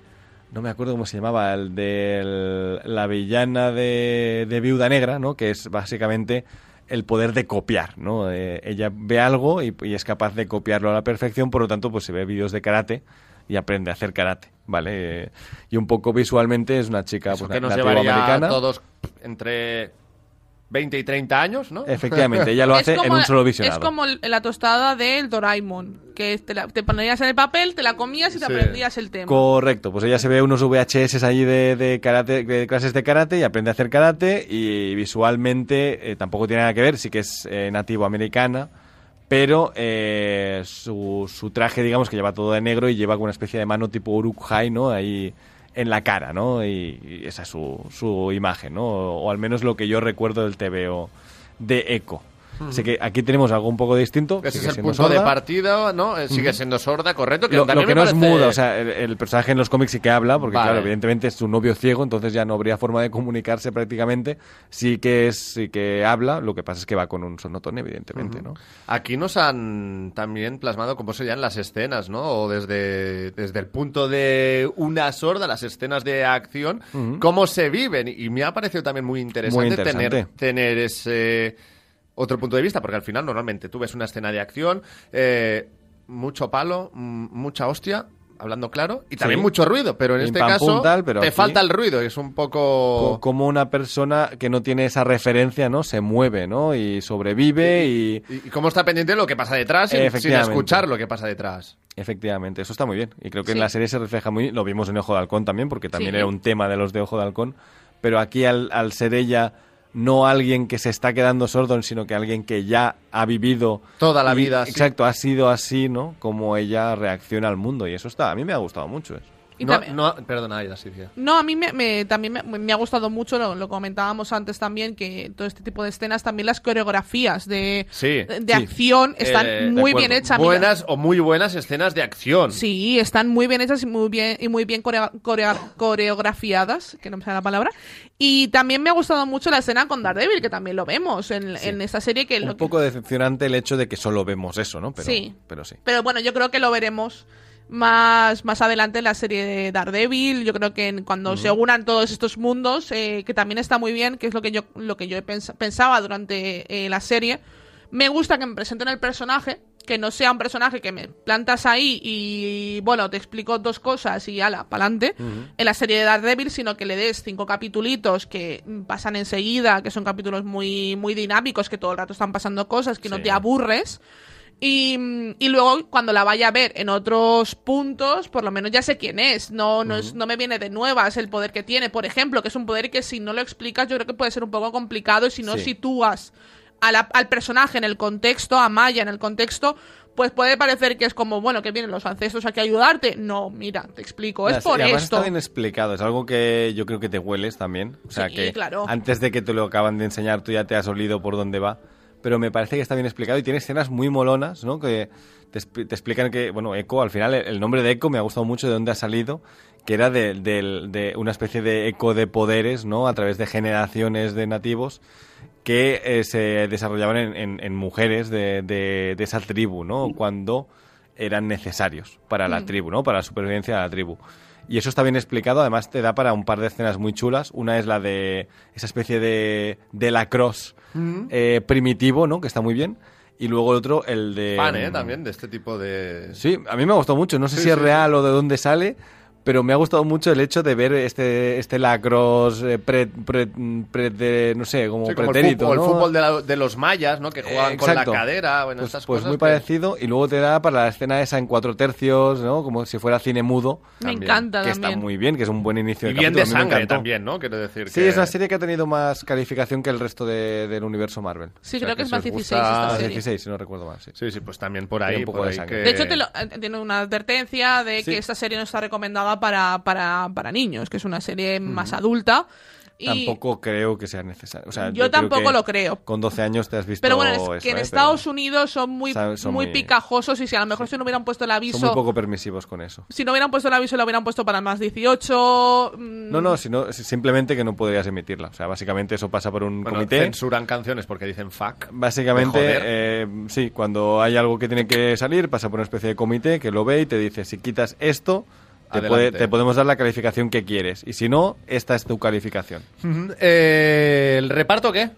D: No me acuerdo cómo se llamaba, el de la villana de, de Viuda Negra, ¿no? Que es básicamente el poder de copiar, ¿no? Eh, ella ve algo y, y es capaz de copiarlo a la perfección, por lo tanto, pues se ve vídeos de karate y aprende a hacer karate, ¿vale? Eh, y un poco visualmente es una chica
B: Eso
D: pues,
B: que nos
D: nativa
B: llevaría
D: americana.
B: a todos entre 20 y 30 años, ¿no?
D: Efectivamente, ella lo
C: Es
D: hace en
C: como-
D: un solo visionado.
C: Es como el- la tostada del Doraemon, que te, la- te ponías en el papel, te la comías y te
B: Sí.
C: aprendías el tema.
D: Correcto, pues ella se ve unos VHS allí de, de karate, de clases de karate y aprende a hacer karate y visualmente eh, tampoco tiene nada que ver, sí que es eh, nativo americana, pero eh, su, su traje, digamos, que lleva todo de negro y lleva como una especie de mano tipo Uruk-hai, ¿no? Ahí en la cara, ¿no? Y, y esa es su, su imagen, ¿no? O, o al menos lo que yo recuerdo del TVO de Echo. Así que aquí tenemos algo un poco distinto.
B: Ese
D: sigue
B: es el
D: siendo
B: punto de
D: sorda.
B: partida, ¿no? Eh, Sigue siendo sorda, correcto. Que
D: Lo,
B: también
D: lo que
B: me
D: no es
B: parece-
D: muda, o sea, el, el personaje en los cómics sí que habla, porque
B: Vale.
D: claro, evidentemente es su novio ciego, entonces ya no habría forma de comunicarse prácticamente. Sí que es, sí que habla, lo que pasa es que va con un sonotón, evidentemente, ¿no?
B: Aquí nos han también plasmado cómo serían las escenas, ¿no? O desde, desde el punto de una sorda, las escenas de acción, cómo se viven. Y me ha parecido también muy interesante,
D: Muy interesante.
B: Tener, tener ese otro punto de vista, porque al final normalmente tú ves una escena de acción, eh, mucho palo, mm, mucha hostia. hablando claro, y también
D: Sí.
B: mucho ruido, pero en
D: Pim,
B: este
D: pam,
B: caso
D: pum, tal, pero
B: te
D: aquí-
B: falta el ruido, es un poco...
D: Co- Como una persona que no tiene esa referencia, ¿no? Se mueve, ¿no? Y sobrevive y...
B: Y, y cómo está pendiente de lo que pasa detrás sin, sin
D: Efectivamente.
B: escuchar lo que pasa detrás.
D: Efectivamente, eso está muy bien. Y creo que
C: Sí.
D: en la serie se refleja muy Lo vimos en Ojo de Halcón también, porque también
C: Sí.
D: era un tema de los de Ojo de Halcón. Pero aquí, al, al ser ella no alguien que se está quedando sordo, sino que alguien que ya ha vivido...
B: Toda la
D: y-
B: vida, sí.
D: Exacto, ha sido así, ¿no? Como ella reacciona al mundo. Y eso está... A mí me ha gustado mucho ¿eh? eso.
C: Y
B: no,
C: también-
B: no, perdona, Aida, sí, sí.
C: No, a mí me, me- también me, me ha gustado mucho, lo, lo comentábamos antes también, que todo este tipo de escenas, también las coreografías de,
B: Sí,
C: de,
B: sí.
C: acción están
B: Eh, de
C: muy
B: acuerdo.
C: bien hechas. mira.
B: Buenas o muy buenas escenas de acción.
C: Sí, están muy bien hechas y muy bien, y muy bien corea- corea- coreografiadas, que no me sale la palabra. Y también me ha gustado mucho la escena con Daredevil, que también lo vemos en, en esta serie. que, lo
D: Un
C: que-
D: poco decepcionante el hecho de que solo vemos eso, ¿no? Pero
C: Sí.
D: Pero sí.
C: Pero bueno, yo creo que lo veremos más, más adelante en la serie de Daredevil. Yo creo que en- cuando se unan todos estos mundos, eh, que también está muy bien, que es lo que yo, lo que yo he pens- pensaba durante eh, la serie. Me gusta que me presenten el personaje, que no sea un personaje que me plantas ahí y bueno, te explico dos cosas y ala, pa'lante. En la serie de Daredevil, sino que le des cinco capitulitos que mm, pasan enseguida, que son capítulos muy, muy dinámicos, que todo el rato están pasando cosas, que no
D: Sí.
C: te aburres. Y, mm, y luego cuando la vaya a ver en otros puntos, por lo menos ya sé quién es. No, no, es, no me viene de nuevas el poder que tiene, por ejemplo, que es un poder que si no lo explicas yo creo que puede ser un poco complicado y si no
D: Sí.
C: sitúas a la- al personaje en el contexto, a Maya en el contexto, pues puede parecer que es como, bueno, que vienen los ancestros aquí a ayudarte. No, mira, te explico,
D: Ya,
C: es
D: sí,
C: por
D: y además
C: esto.
D: Está bien explicado, es algo que yo creo que te hueles también. O sea
C: Sí,
D: que
C: claro.
D: antes de que te lo acaban de enseñar, tú ya te has olido por dónde va. Pero me parece que está bien explicado y tiene escenas muy molonas, ¿no? Que te, expli- te explican que, bueno, Echo, al final el, el nombre de Echo me ha gustado mucho de dónde ha salido, que era de, del- de una especie de eco de poderes, ¿no? A través de generaciones de nativos que eh, se desarrollaban en, en- en mujeres de, de- de esa tribu, ¿no? Cuando eran necesarios para la tribu, ¿no? Para la supervivencia de la tribu. Y eso está bien explicado, además te da para un par de escenas muy chulas. Una es la de esa especie de, de lacrosse eh, primitivo, ¿no? Que está muy bien. Y luego el otro, el de... mm,
B: Fan, ¿eh? También de este tipo de...
D: Sí, a mí me ha gustado mucho. No sé si es real o de dónde sale, pero me ha gustado mucho el hecho de ver este, este lacrosse, eh, pre, pre- pre- de, no sé, como
B: Sí, como el
D: pretérito.
B: fútbol,
D: ¿no?
B: el fútbol de, la- de los mayas, ¿no? Que jugaban
D: Eh,
B: con la
D: exacto.
B: cadera, bueno,
D: pues,
B: estas
D: pues
B: cosas
D: muy
B: que-
D: parecido. Y luego te da para la escena esa en cuatro tercios, ¿no? Como si fuera cine mudo.
C: Me
B: también,
C: encanta
D: Que
C: también.
D: está muy bien, que es un buen inicio
B: Y
D: de
B: bien
D: capítulo,
B: de
D: a mí me
B: sangre
D: encantó.
B: también, ¿no? Quiero decir
D: Sí,
B: que...
D: es una serie que ha tenido más calificación que el resto de- del universo Marvel.
C: Sí,
D: O sea,
C: creo que es
D: si
C: más
D: os
C: 16
D: gusta-
C: esta serie.
D: 16, si no recuerdo mal, sí.
B: Sí, sí, pues también por
D: Tiene
B: ahí.
D: un poco
B: por
D: de
B: ahí
D: sangre.
B: que-
C: De hecho, te lo- eh, tiene una advertencia de que
D: Sí.
C: esta serie no está recomendada para, para, para niños, que es una serie más adulta. Y,
D: Mm. Tampoco creo que sea necesario. O sea,
C: Yo
D: creo
C: tampoco
D: que
C: lo creo.
D: Con 12 años te has visto.
C: Pero bueno, es
D: eso,
C: que en
D: ¿eh?
C: Estados
D: Pero
C: Unidos son muy,
D: Saben- son
C: muy
D: muy-
C: picajosos y si a lo mejor si no hubieran puesto el aviso...
D: Son muy poco permisivos con eso.
C: Si no hubieran puesto el aviso, lo hubieran puesto para más 18... mm,
D: No, no, sino, si- simplemente que no podrías emitirla. O sea, básicamente eso pasa por un
B: bueno,
D: comité.
B: censuran canciones porque dicen fuck.
D: Básicamente,
B: Pues Joder.
D: eh, sí, cuando hay algo que tiene que salir, pasa por una especie de comité que lo ve y te dice, si quitas esto, te,
B: Adelante.
D: puede- te podemos dar la calificación que quieres. Y si no, esta es tu calificación.
B: Ujú. Eh, ¿El reparto qué?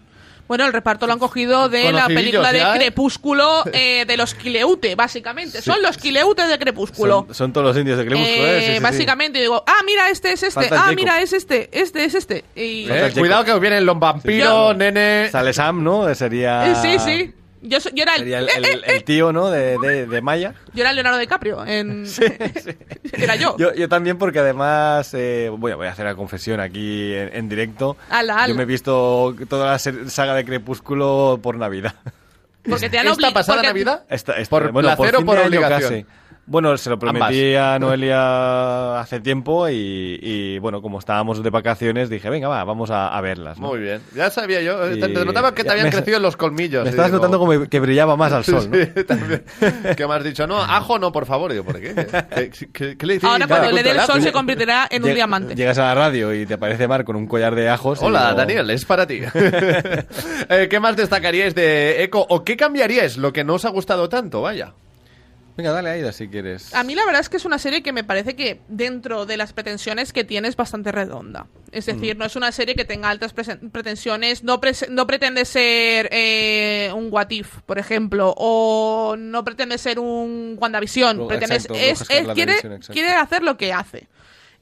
C: Bueno, el reparto lo han cogido de la
B: Conocidillos
C: película de
B: ya, ¿eh?
C: Crepúsculo eh, de los Quileute, básicamente. Son los Quileute de Crepúsculo.
D: Son, son todos los indios de Crepúsculo,
C: Eh,
D: ¿eh? Sí, sí, sí.
C: básicamente digo, ah, mira, este es este,
D: Falta
C: ah,
D: Jacob.
C: mira, es este, este es este. Y
D: Falta
B: Eh,
D: Jacob.
B: Cuidado que os vienen los vampiros,
C: Yo-
B: nene.
D: Sale Sam, ¿no?
C: Eh,
D: Sería...
C: sí, sí. Yo, so- yo era el,
D: Ah, Sería el,
C: eh, eh,
D: el- el tío, ¿no? De, de, de Maya.
C: yo era Leonardo DiCaprio. En... era yo.
D: Yo, yo también, porque además, eh, voy, a- voy a hacer la confesión aquí en, en directo.
C: Ala, ala.
D: Yo me he visto toda la ser- saga de Crepúsculo por Navidad.
C: Porque te han
B: ¿Esta
C: obli-
B: pasada
C: porque-
B: Navidad?
D: Esta- esta-
B: ¿Por
D: bueno,
B: placer o
D: fin
B: por
D: de año
B: obligación?
D: casi. Bueno, se lo prometí a Noelia hace tiempo y, y, bueno, como estábamos de vacaciones, dije, venga, va, vamos a, a verlas. ¿no?
B: Muy bien. Ya sabía yo. eh, Te,
D: Y-
B: te notaba que te
D: ya
B: habían
D: me-
B: crecido los colmillos.
D: Me
B: y
D: estabas
B: digo-
D: notando como que brillaba más al sol, ¿no?
B: Sí, también. que me has dicho, no, ajo no, por favor. Y yo, ¿por qué? ¿Qué, qué- qué- qué le hiciste?
C: Ahora
B: Claro, pues,
C: cuando le
B: justo
C: dé el
B: ajo.
C: sol se convertirá en un
D: Lleg-
C: diamante.
D: Llegas a la radio y te aparece Mar con un collar de ajos. y
B: Hola,
D: digo,
B: Daniel, es para ti. Eh, ¿Qué más destacaríais de Eco? ¿O qué cambiaríais? Lo que no os ha gustado tanto, vaya.
D: Venga, dale Aida si quieres.
C: A mí la verdad es que es una serie que me parece que dentro de las pretensiones que tiene es bastante redonda. Es decir, no es una serie que tenga altas presen- pretensiones, no, prese- no pretende ser eh, un What If, por ejemplo, o no pretende ser un WandaVision.
D: Lu-
C: Pretende
D: exacto,
C: es-
D: Lucas
C: es-
D: Carla
C: quiere,
D: Division, exacto.
C: quiere hacer lo que hace.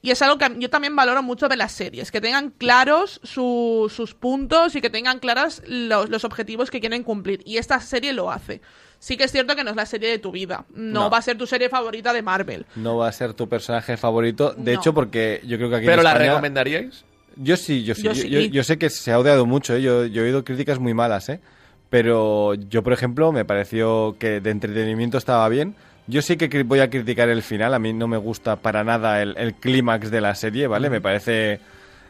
C: Y es algo que a mí- yo también valoro mucho de las series, que tengan claros su- sus puntos y que tengan claros los, los objetivos que quieren cumplir. Y esta serie lo hace. Sí que es cierto que no es la serie de tu vida, no,
D: No.
C: va a ser tu serie favorita de Marvel.
D: No va a ser tu personaje favorito. De
C: No.
D: hecho, porque yo creo que aquí. en
B: ¿Pero la
D: España-
B: recomendaríais?
D: Yo sí, yo sí. Yo,
C: Yo sí.
D: yo- yo sé que se ha odiado mucho, ¿eh? yo, yo he oído críticas muy malas, ¿eh? Pero yo, por ejemplo, me pareció que de entretenimiento estaba bien. Yo sí que cri- voy a criticar el final, a mí no me gusta para nada el, el clímax de la serie, ¿vale? Me parece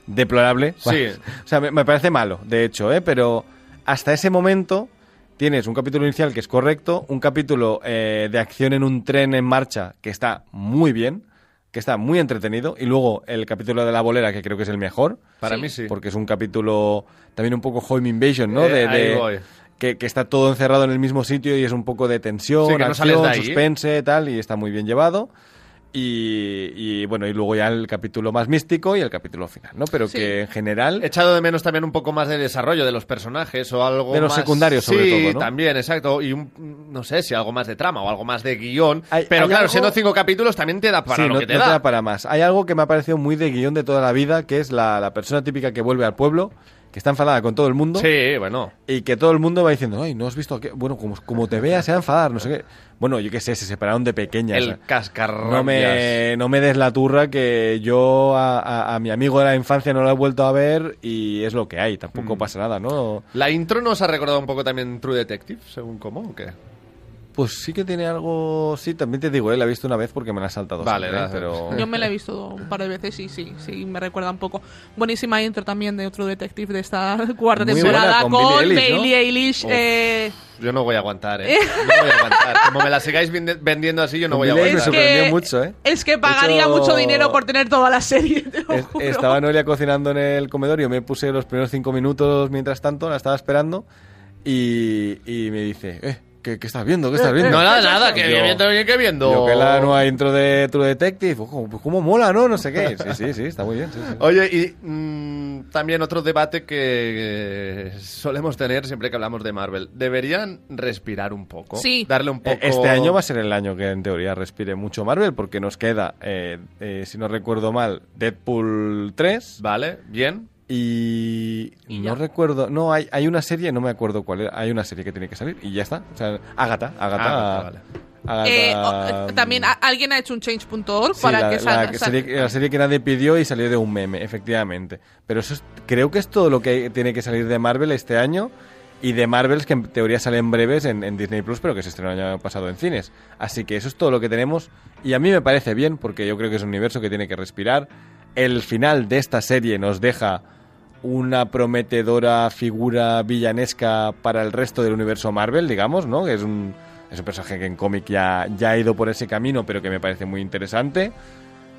D: deplorable.
B: Sí.
D: o sea, me, me parece malo, de hecho, ¿eh? Pero hasta ese momento tienes un capítulo inicial que es correcto, un capítulo eh, de acción en un tren en marcha que está muy bien, que está muy entretenido, y luego el capítulo de la bolera que creo que es el mejor.
B: Para
C: Sí.
B: mí sí.
D: Porque es un capítulo también un poco Home Invasion, ¿no?
B: Eh,
D: de,
B: ahí
D: de-
B: voy.
D: Que, que está todo encerrado en el mismo sitio y es un poco de tensión,
B: Sí, que no sales de
D: acción,
B: ahí.
D: suspense, tal, y está muy bien llevado. Y, y, bueno, y luego ya el capítulo más místico y el capítulo final, ¿no? Pero
C: Sí.
D: que en general
B: Echado de menos también un poco más de desarrollo de los personajes o algo
D: De los
B: más-
D: secundarios, sobre
B: Sí,
D: todo, ¿no?
B: también, exacto. Y un, no sé si algo más de trama o algo más de guión.
D: Hay-
B: pero
D: hay
B: claro,
D: algo-
B: siendo cinco capítulos también te da para
D: Sí,
B: lo
D: no,
B: que te
D: no
B: da.
D: para más. Hay algo que me ha parecido muy de guión de toda la vida, que es la, la persona típica que vuelve al pueblo, que está enfadada con todo el mundo
B: Sí, bueno.
D: y que todo el mundo va diciendo, ay, no has visto aquello". Bueno, como, como te vea, se va a enfadar, no sé qué. Bueno, yo qué sé, se separaron de pequeñas.
B: El cascarrabias.
D: no me, no me des la turra que yo a, a- a mi amigo de la infancia no lo he vuelto a ver y es lo que hay,
B: Mm.
D: tampoco pasa nada, ¿no?
B: La intro nos ha recordado un poco también True Detective, según cómo, ¿o qué?
D: Pues sí que tiene algo, sí, también te digo, eh, la he visto una vez porque me la han saltado.
B: Vale,
D: siempre, eh,
B: nada.
D: pero...
C: Yo me la he visto un par de veces y sí, sí, me recuerda un poco. Buenísima intro también de otro detective de esta cuarta
D: Muy
C: temporada
D: buena,
C: con,
D: con Billie Eilish, ¿no?
C: Bailey Eilish.
B: Uf.
C: eh,
B: Yo no voy a aguantar, ¿eh? No voy a aguantar. Como me la sigáis vende- vendiendo así, yo no
D: Con
B: voy a
D: Billie Eilish
B: aguantar.
D: me
C: es
D: sorprendió
C: que-
D: mucho, ¿eh?
C: Es que
D: De
C: pagaría
D: hecho-
C: mucho dinero por tener toda la serie, te lo
D: Es-
C: juro.
D: Estaba Noelia cocinando en el comedor, yo me puse los primeros cinco minutos mientras tanto, la estaba esperando y, y me dice, eh, ¿qué, qué estás viendo? ¿Qué estás viendo?
B: No,
C: eh.
B: nada, nada, que
D: Yo-
B: viendo, que viendo.
D: Yo que la nueva intro de True Detective, ojo, pues cómo mola, ¿no? No sé qué. Sí, sí, sí, está muy bien. sí, sí.
B: Oye, y mm, también otro debate que eh, solemos tener siempre que hablamos de Marvel. ¿Deberían respirar un poco?
C: Sí.
B: Darle un poco...
D: Eh, Este año va a ser el año que en teoría respire mucho Marvel porque nos queda, eh, eh, si no recuerdo mal, Deadpool 3
B: Vale, bien.
D: y,
C: Y
D: no
C: ya.
D: recuerdo, no, hay, hay una serie, no me acuerdo cuál era, hay una serie que tiene que salir y ya está. O sea, Agatha, Agatha.
B: Agatha, vale.
D: Agatha- mm,
C: Eh, o- eh, también a- alguien ha hecho un change.org
D: Sí,
C: para
D: la,
C: que
D: la
C: salga.
D: que
C: sal-
D: serie, la serie que nadie pidió y salió de un meme, efectivamente. Pero eso es- creo que es todo lo que tiene que salir de Marvel este año y de Marvels que en teoría salen breves en, en Disney Plus, pero que se estrenó el año pasado en cines. Así que eso es todo lo que tenemos y a mí me parece bien porque yo creo que es un universo que tiene que respirar. El final de esta serie nos deja una prometedora figura villanesca para el resto del universo Marvel, digamos, ¿no? Que es un, es un personaje que en cómic ya, ya ha ido por ese camino, pero que me parece muy interesante.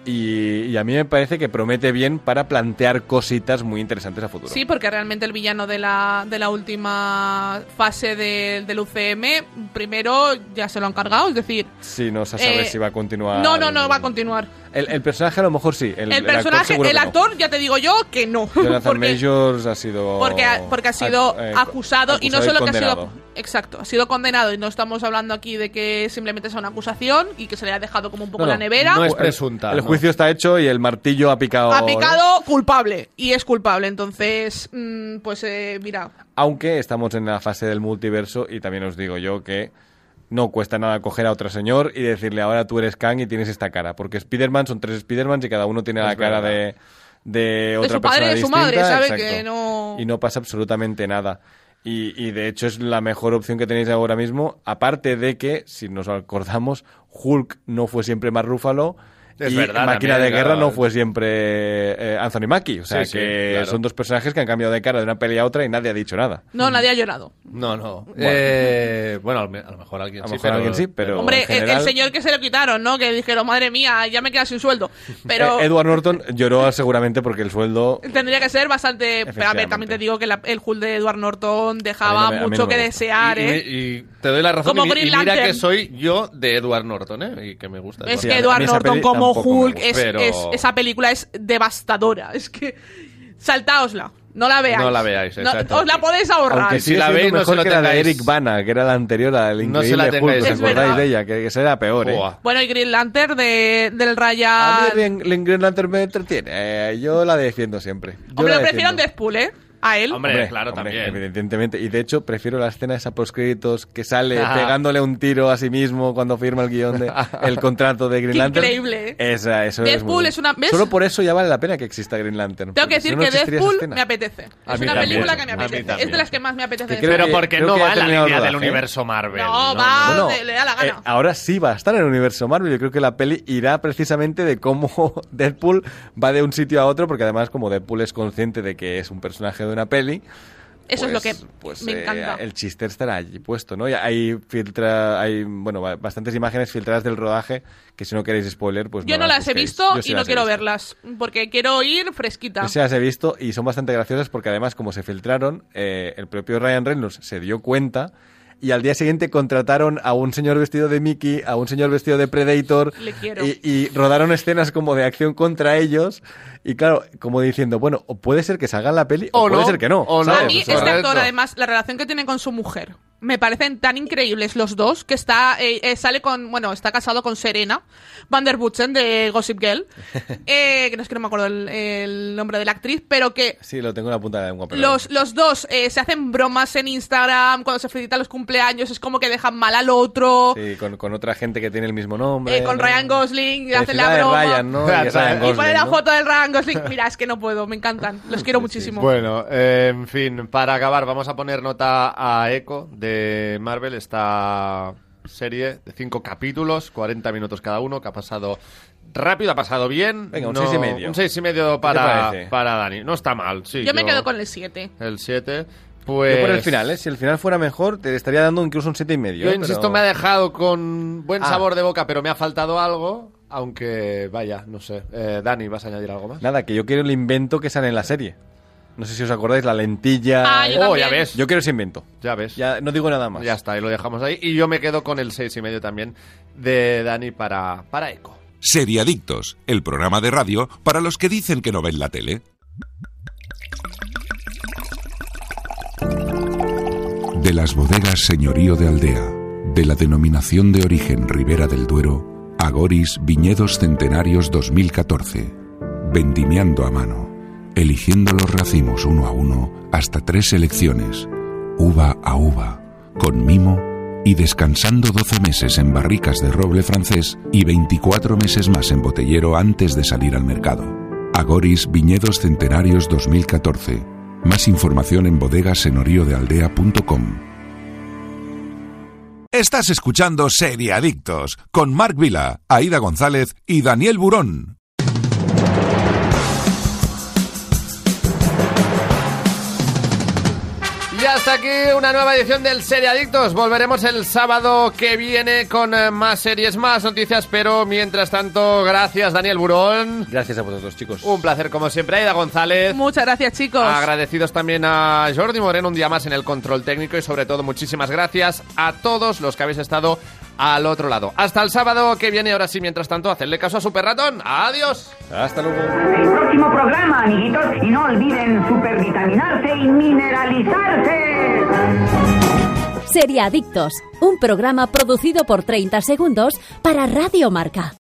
D: Y, y a mí me parece que promete bien para plantear cositas muy interesantes a futuro.
C: Sí, porque realmente el villano de la, de la última fase de- del UCM, primero ya se lo han cargado, es decir,
D: Si no se sabe
C: Eh,
D: si va a continuar.
C: no, no, no va a continuar.
D: El, el personaje a lo mejor sí. El,
C: El, personaje,
D: actor, seguro
C: el
D: que no.
C: actor, ya te digo yo que no.
D: Jonathan
C: porque-
D: Majors ha sido.
C: porque ha, porque ha sido
D: ac- eh,
C: acusado y no solo que ha sido
D: condenado.
C: exacto ha sido condenado y no estamos hablando aquí de que simplemente sea una acusación y que se le ha dejado como un poco
D: No, no,
C: la nevera
B: no es
D: El-
B: presunta,
D: El,
B: ¿no?
D: juicio está hecho y el martillo ha picado.
C: ha
D: ¿no?
C: picado culpable y es culpable entonces mm, pues eh, mira
D: Aunque estamos en la fase del multiverso y también os digo yo que no cuesta nada coger a otro señor y decirle ahora tú eres Kang y tienes esta cara. Porque Spider-Man son tres Spider-Man y cada uno tiene la
B: Es
D: cara
B: verdad.
D: de, de otra
C: su padre
D: persona
C: y de su madre,
D: distinta,
C: sabe
D: exacto.
C: que no-
D: Y no pasa absolutamente nada. Y, y de hecho es la mejor opción que tenéis ahora mismo, aparte de que, si nos acordamos, Hulk no fue siempre más Rúfalo.
B: Es
D: y
B: verdad,
D: Máquina
B: también,
D: de Guerra
B: claro.
D: no fue siempre eh, Anthony Mackie. O sea
B: Sí, sí,
D: que
B: claro.
D: son dos personajes que han cambiado de cara de una peli a otra y nadie ha dicho nada.
C: no nadie ha llorado
H: No, no. Eh, Bueno, a lo me- a lo mejor alguien
D: A lo
H: sí.
D: mejor alguien sí,
B: eh,
D: pero.
C: Hombre,
D: en
C: el-
D: general,
C: el señor que se lo quitaron, ¿no? Que dijeron, madre mía, ya me queda sin sueldo. Pero
D: eh, Edward Norton lloró seguramente porque el sueldo.
C: tendría que ser bastante... Pero a ver, también te digo que la- el Hulk de Edward Norton dejaba
D: A mí no me- a mí
C: mucho
D: no me
C: que
D: gusta.
C: desear,
H: Y- y,
C: ¿eh?
H: y te doy la razón.
C: Como
H: y, mi-
C: Green
H: y mira
C: Lantern.
H: que soy yo de Edward Norton, ¿eh? Y que me gusta.
C: Es
D: Sí,
C: que
D: a- a
C: Edward
D: mí esa
C: Norton
D: peli
C: como
D: tampoco me
C: Hulk,
D: gusta,
C: es,
H: pero-
C: es- esa película es devastadora. Es que. Saltaosla. No la veáis.
H: No la veáis, exacto.
C: os la podéis ahorrar.
D: Aunque
H: si
D: sigue
H: la
D: siendo
H: veis, no
D: mejor
H: se lo
D: que la de
H: tengáis.
D: Eric Bana, que era la anterior, la del
H: No
D: increíble
H: se la tengáis,
D: Hulk,
C: es
D: ¿os acordáis
C: verdad.
D: de ella? Que, que esa era peor, ¿eh?
H: Buah.
C: Bueno, y Green Lantern de- del Raya.
D: A mí Green, Green- Green Lantern me entretiene. eh, yo la defiendo siempre. Yo
C: Hombre,
D: la
C: lo prefiero en
D: defiendo.
C: Deadpool, ¿eh? A él.
H: Hombre, claro, también.
D: Evidentemente. Y de hecho, prefiero la escena esa poscritos que sale
H: Ajá.
D: pegándole un tiro a sí mismo cuando firma el guión de, el contrato de Green
C: Qué
D: Lantern.
C: increíble, ¿eh?
D: Esa, eso es, muy
C: Deadpool
D: bueno.
C: es una- ¿ves?
D: Solo por eso ya vale la pena que exista Green Lantern.
C: Tengo que
D: porque si
C: decir
D: no, no
C: que
D: existiría esa
C: Deadpool
D: escena.
C: me apetece.
H: A
C: Es
H: mí
C: una
H: también.
C: película que me
H: A mí
C: apetece.
H: también.
C: Es de las que más me apetece.
D: Que
C: de
D: creo
H: Pero
C: Deadpool.
D: que-
H: porque
D: creo
H: no
D: que ha
H: va la
D: terminado
H: línea
B: ¿eh?
D: rodaje.
H: del universo Marvel.
C: No, va de- le da la gana.
D: eh, ahora sí va a estar en el universo Marvel. Yo creo que la peli irá precisamente de cómo Deadpool va de un sitio a otro, porque además, como Deadpool es consciente de que es un personaje de una peli,
C: Eso es lo que
D: pues,
C: me
D: eh,
C: encanta.
D: El chiste estará allí puesto, ¿no? Y hay filtra, hay bueno, ba- bastantes imágenes filtradas del rodaje que si no queréis spoiler, pues
C: Yo no las he
D: busquéis.
C: visto
D: Yo sí
C: y no
D: las he
C: quiero
D: visto.
C: verlas. Porque quiero ir fresquita.
D: Yo sí las he visto y son bastante graciosas porque además como se filtraron, eh, el propio Ryan Reynolds se dio cuenta y al día siguiente contrataron a un señor vestido de Mickey, a un señor vestido de Predator
C: Le quiero.
D: y, y rodaron escenas como de acción contra ellos y claro, como diciendo, bueno, o puede ser que salga en la peli o,
H: O
D: puede
H: no,
D: ser que no.
H: o no.
D: ¿sabes?
C: A mí
D: O
C: este
D: sea,
H: correcto.
C: actor, además, la relación que tiene con su mujer. Me parecen tan increíbles los dos que está eh, eh, sale con bueno está casado con Serena Van der Butchen de Gossip Girl eh, que no es que no me acuerdo el, el nombre de la actriz pero que
D: Sí, lo tengo en la punta de la lengua. Pero
C: los, los dos eh, se hacen bromas en Instagram cuando se felicitan los cumpleaños es como que dejan mal al otro
D: Sí, con, con otra gente que tiene el mismo nombre.
C: eh, con
D: ¿no?
C: Ryan Gosling hacen la
D: Felicidades,
C: broma
D: Ryan, ¿no? Y es Ryan
C: y ponen
D: Gosling,
C: la
D: ¿no?
C: foto del Ryan Gosling mira es que no puedo me encantan los quiero muchísimo
B: Bueno, eh, en fin, para acabar, vamos a poner nota a Echo de Marvel, esta serie de cinco capítulos, 40 minutos cada uno, que ha pasado rápido, ha pasado bien.
D: Venga, un seis y medio.
B: Un 6 y medio
D: parece?
B: para, para Dani. No está mal, sí.
C: yo, me quedo con el 7
B: el 7.
D: Yo
B: Pues.
D: por el final, ¿eh? Si el final fuera mejor, te estaría dando incluso un siete y medio.
B: Yo
D: ¿eh?
B: insisto,
D: Pero-
B: me ha dejado con buen
D: Ah.
B: sabor de boca, pero me ha faltado algo. Aunque, vaya, no sé. Eh, Dani, ¿vas a añadir algo más?
D: Nada, que yo quiero el invento que sale en la serie. No sé si os acordáis, la lentilla...
C: Ah, yo
B: oh, ya
C: también.
B: ves.
D: Yo quiero ese invento.
B: Ya ves.
D: Pues Ya, no digo nada más.
B: Ya está, y lo dejamos ahí. Y yo me quedo con el seis y medio también de Dani para, para Eco.
A: Seriadictos, el programa de radio para los que dicen que no ven la tele. De las bodegas Señorío de Aldea, de la denominación de origen Ribera del Duero, Agoris Viñedos Centenarios 2014. Vendimiando a mano, eligiendo los racimos uno a uno hasta tres elecciones, uva a uva, con mimo y descansando 12 meses en barricas de roble francés y 24 meses más en botellero antes de salir al mercado. Agoris Viñedos Centenarios 2014. Más información en bodegasenoriodealdea.com. Estás escuchando Serie Adictos con Marc Vila, Aida González y Daniel Burón.
B: Y hasta aquí una nueva edición del Serie Adictos. Volveremos el sábado que viene con eh, más series, más noticias, pero mientras tanto, gracias Daniel Burón.
D: Gracias a vosotros, chicos.
B: Un placer como siempre, Aida González.
C: muchas gracias chicos
B: Agradecidos también a Jordi Moreno un día más en el control técnico y sobre todo muchísimas gracias a todos los que habéis estado al otro lado. Hasta el sábado que viene, ahora sí, mientras tanto, hacerle caso a Super Ratón. Adiós.
D: Hasta luego.
I: el próximo programa, amiguitos. Y no olviden supervitaminarse y mineralizarse.
G: Sería Adictos, un programa producido por 30 segundos para Radio Marca.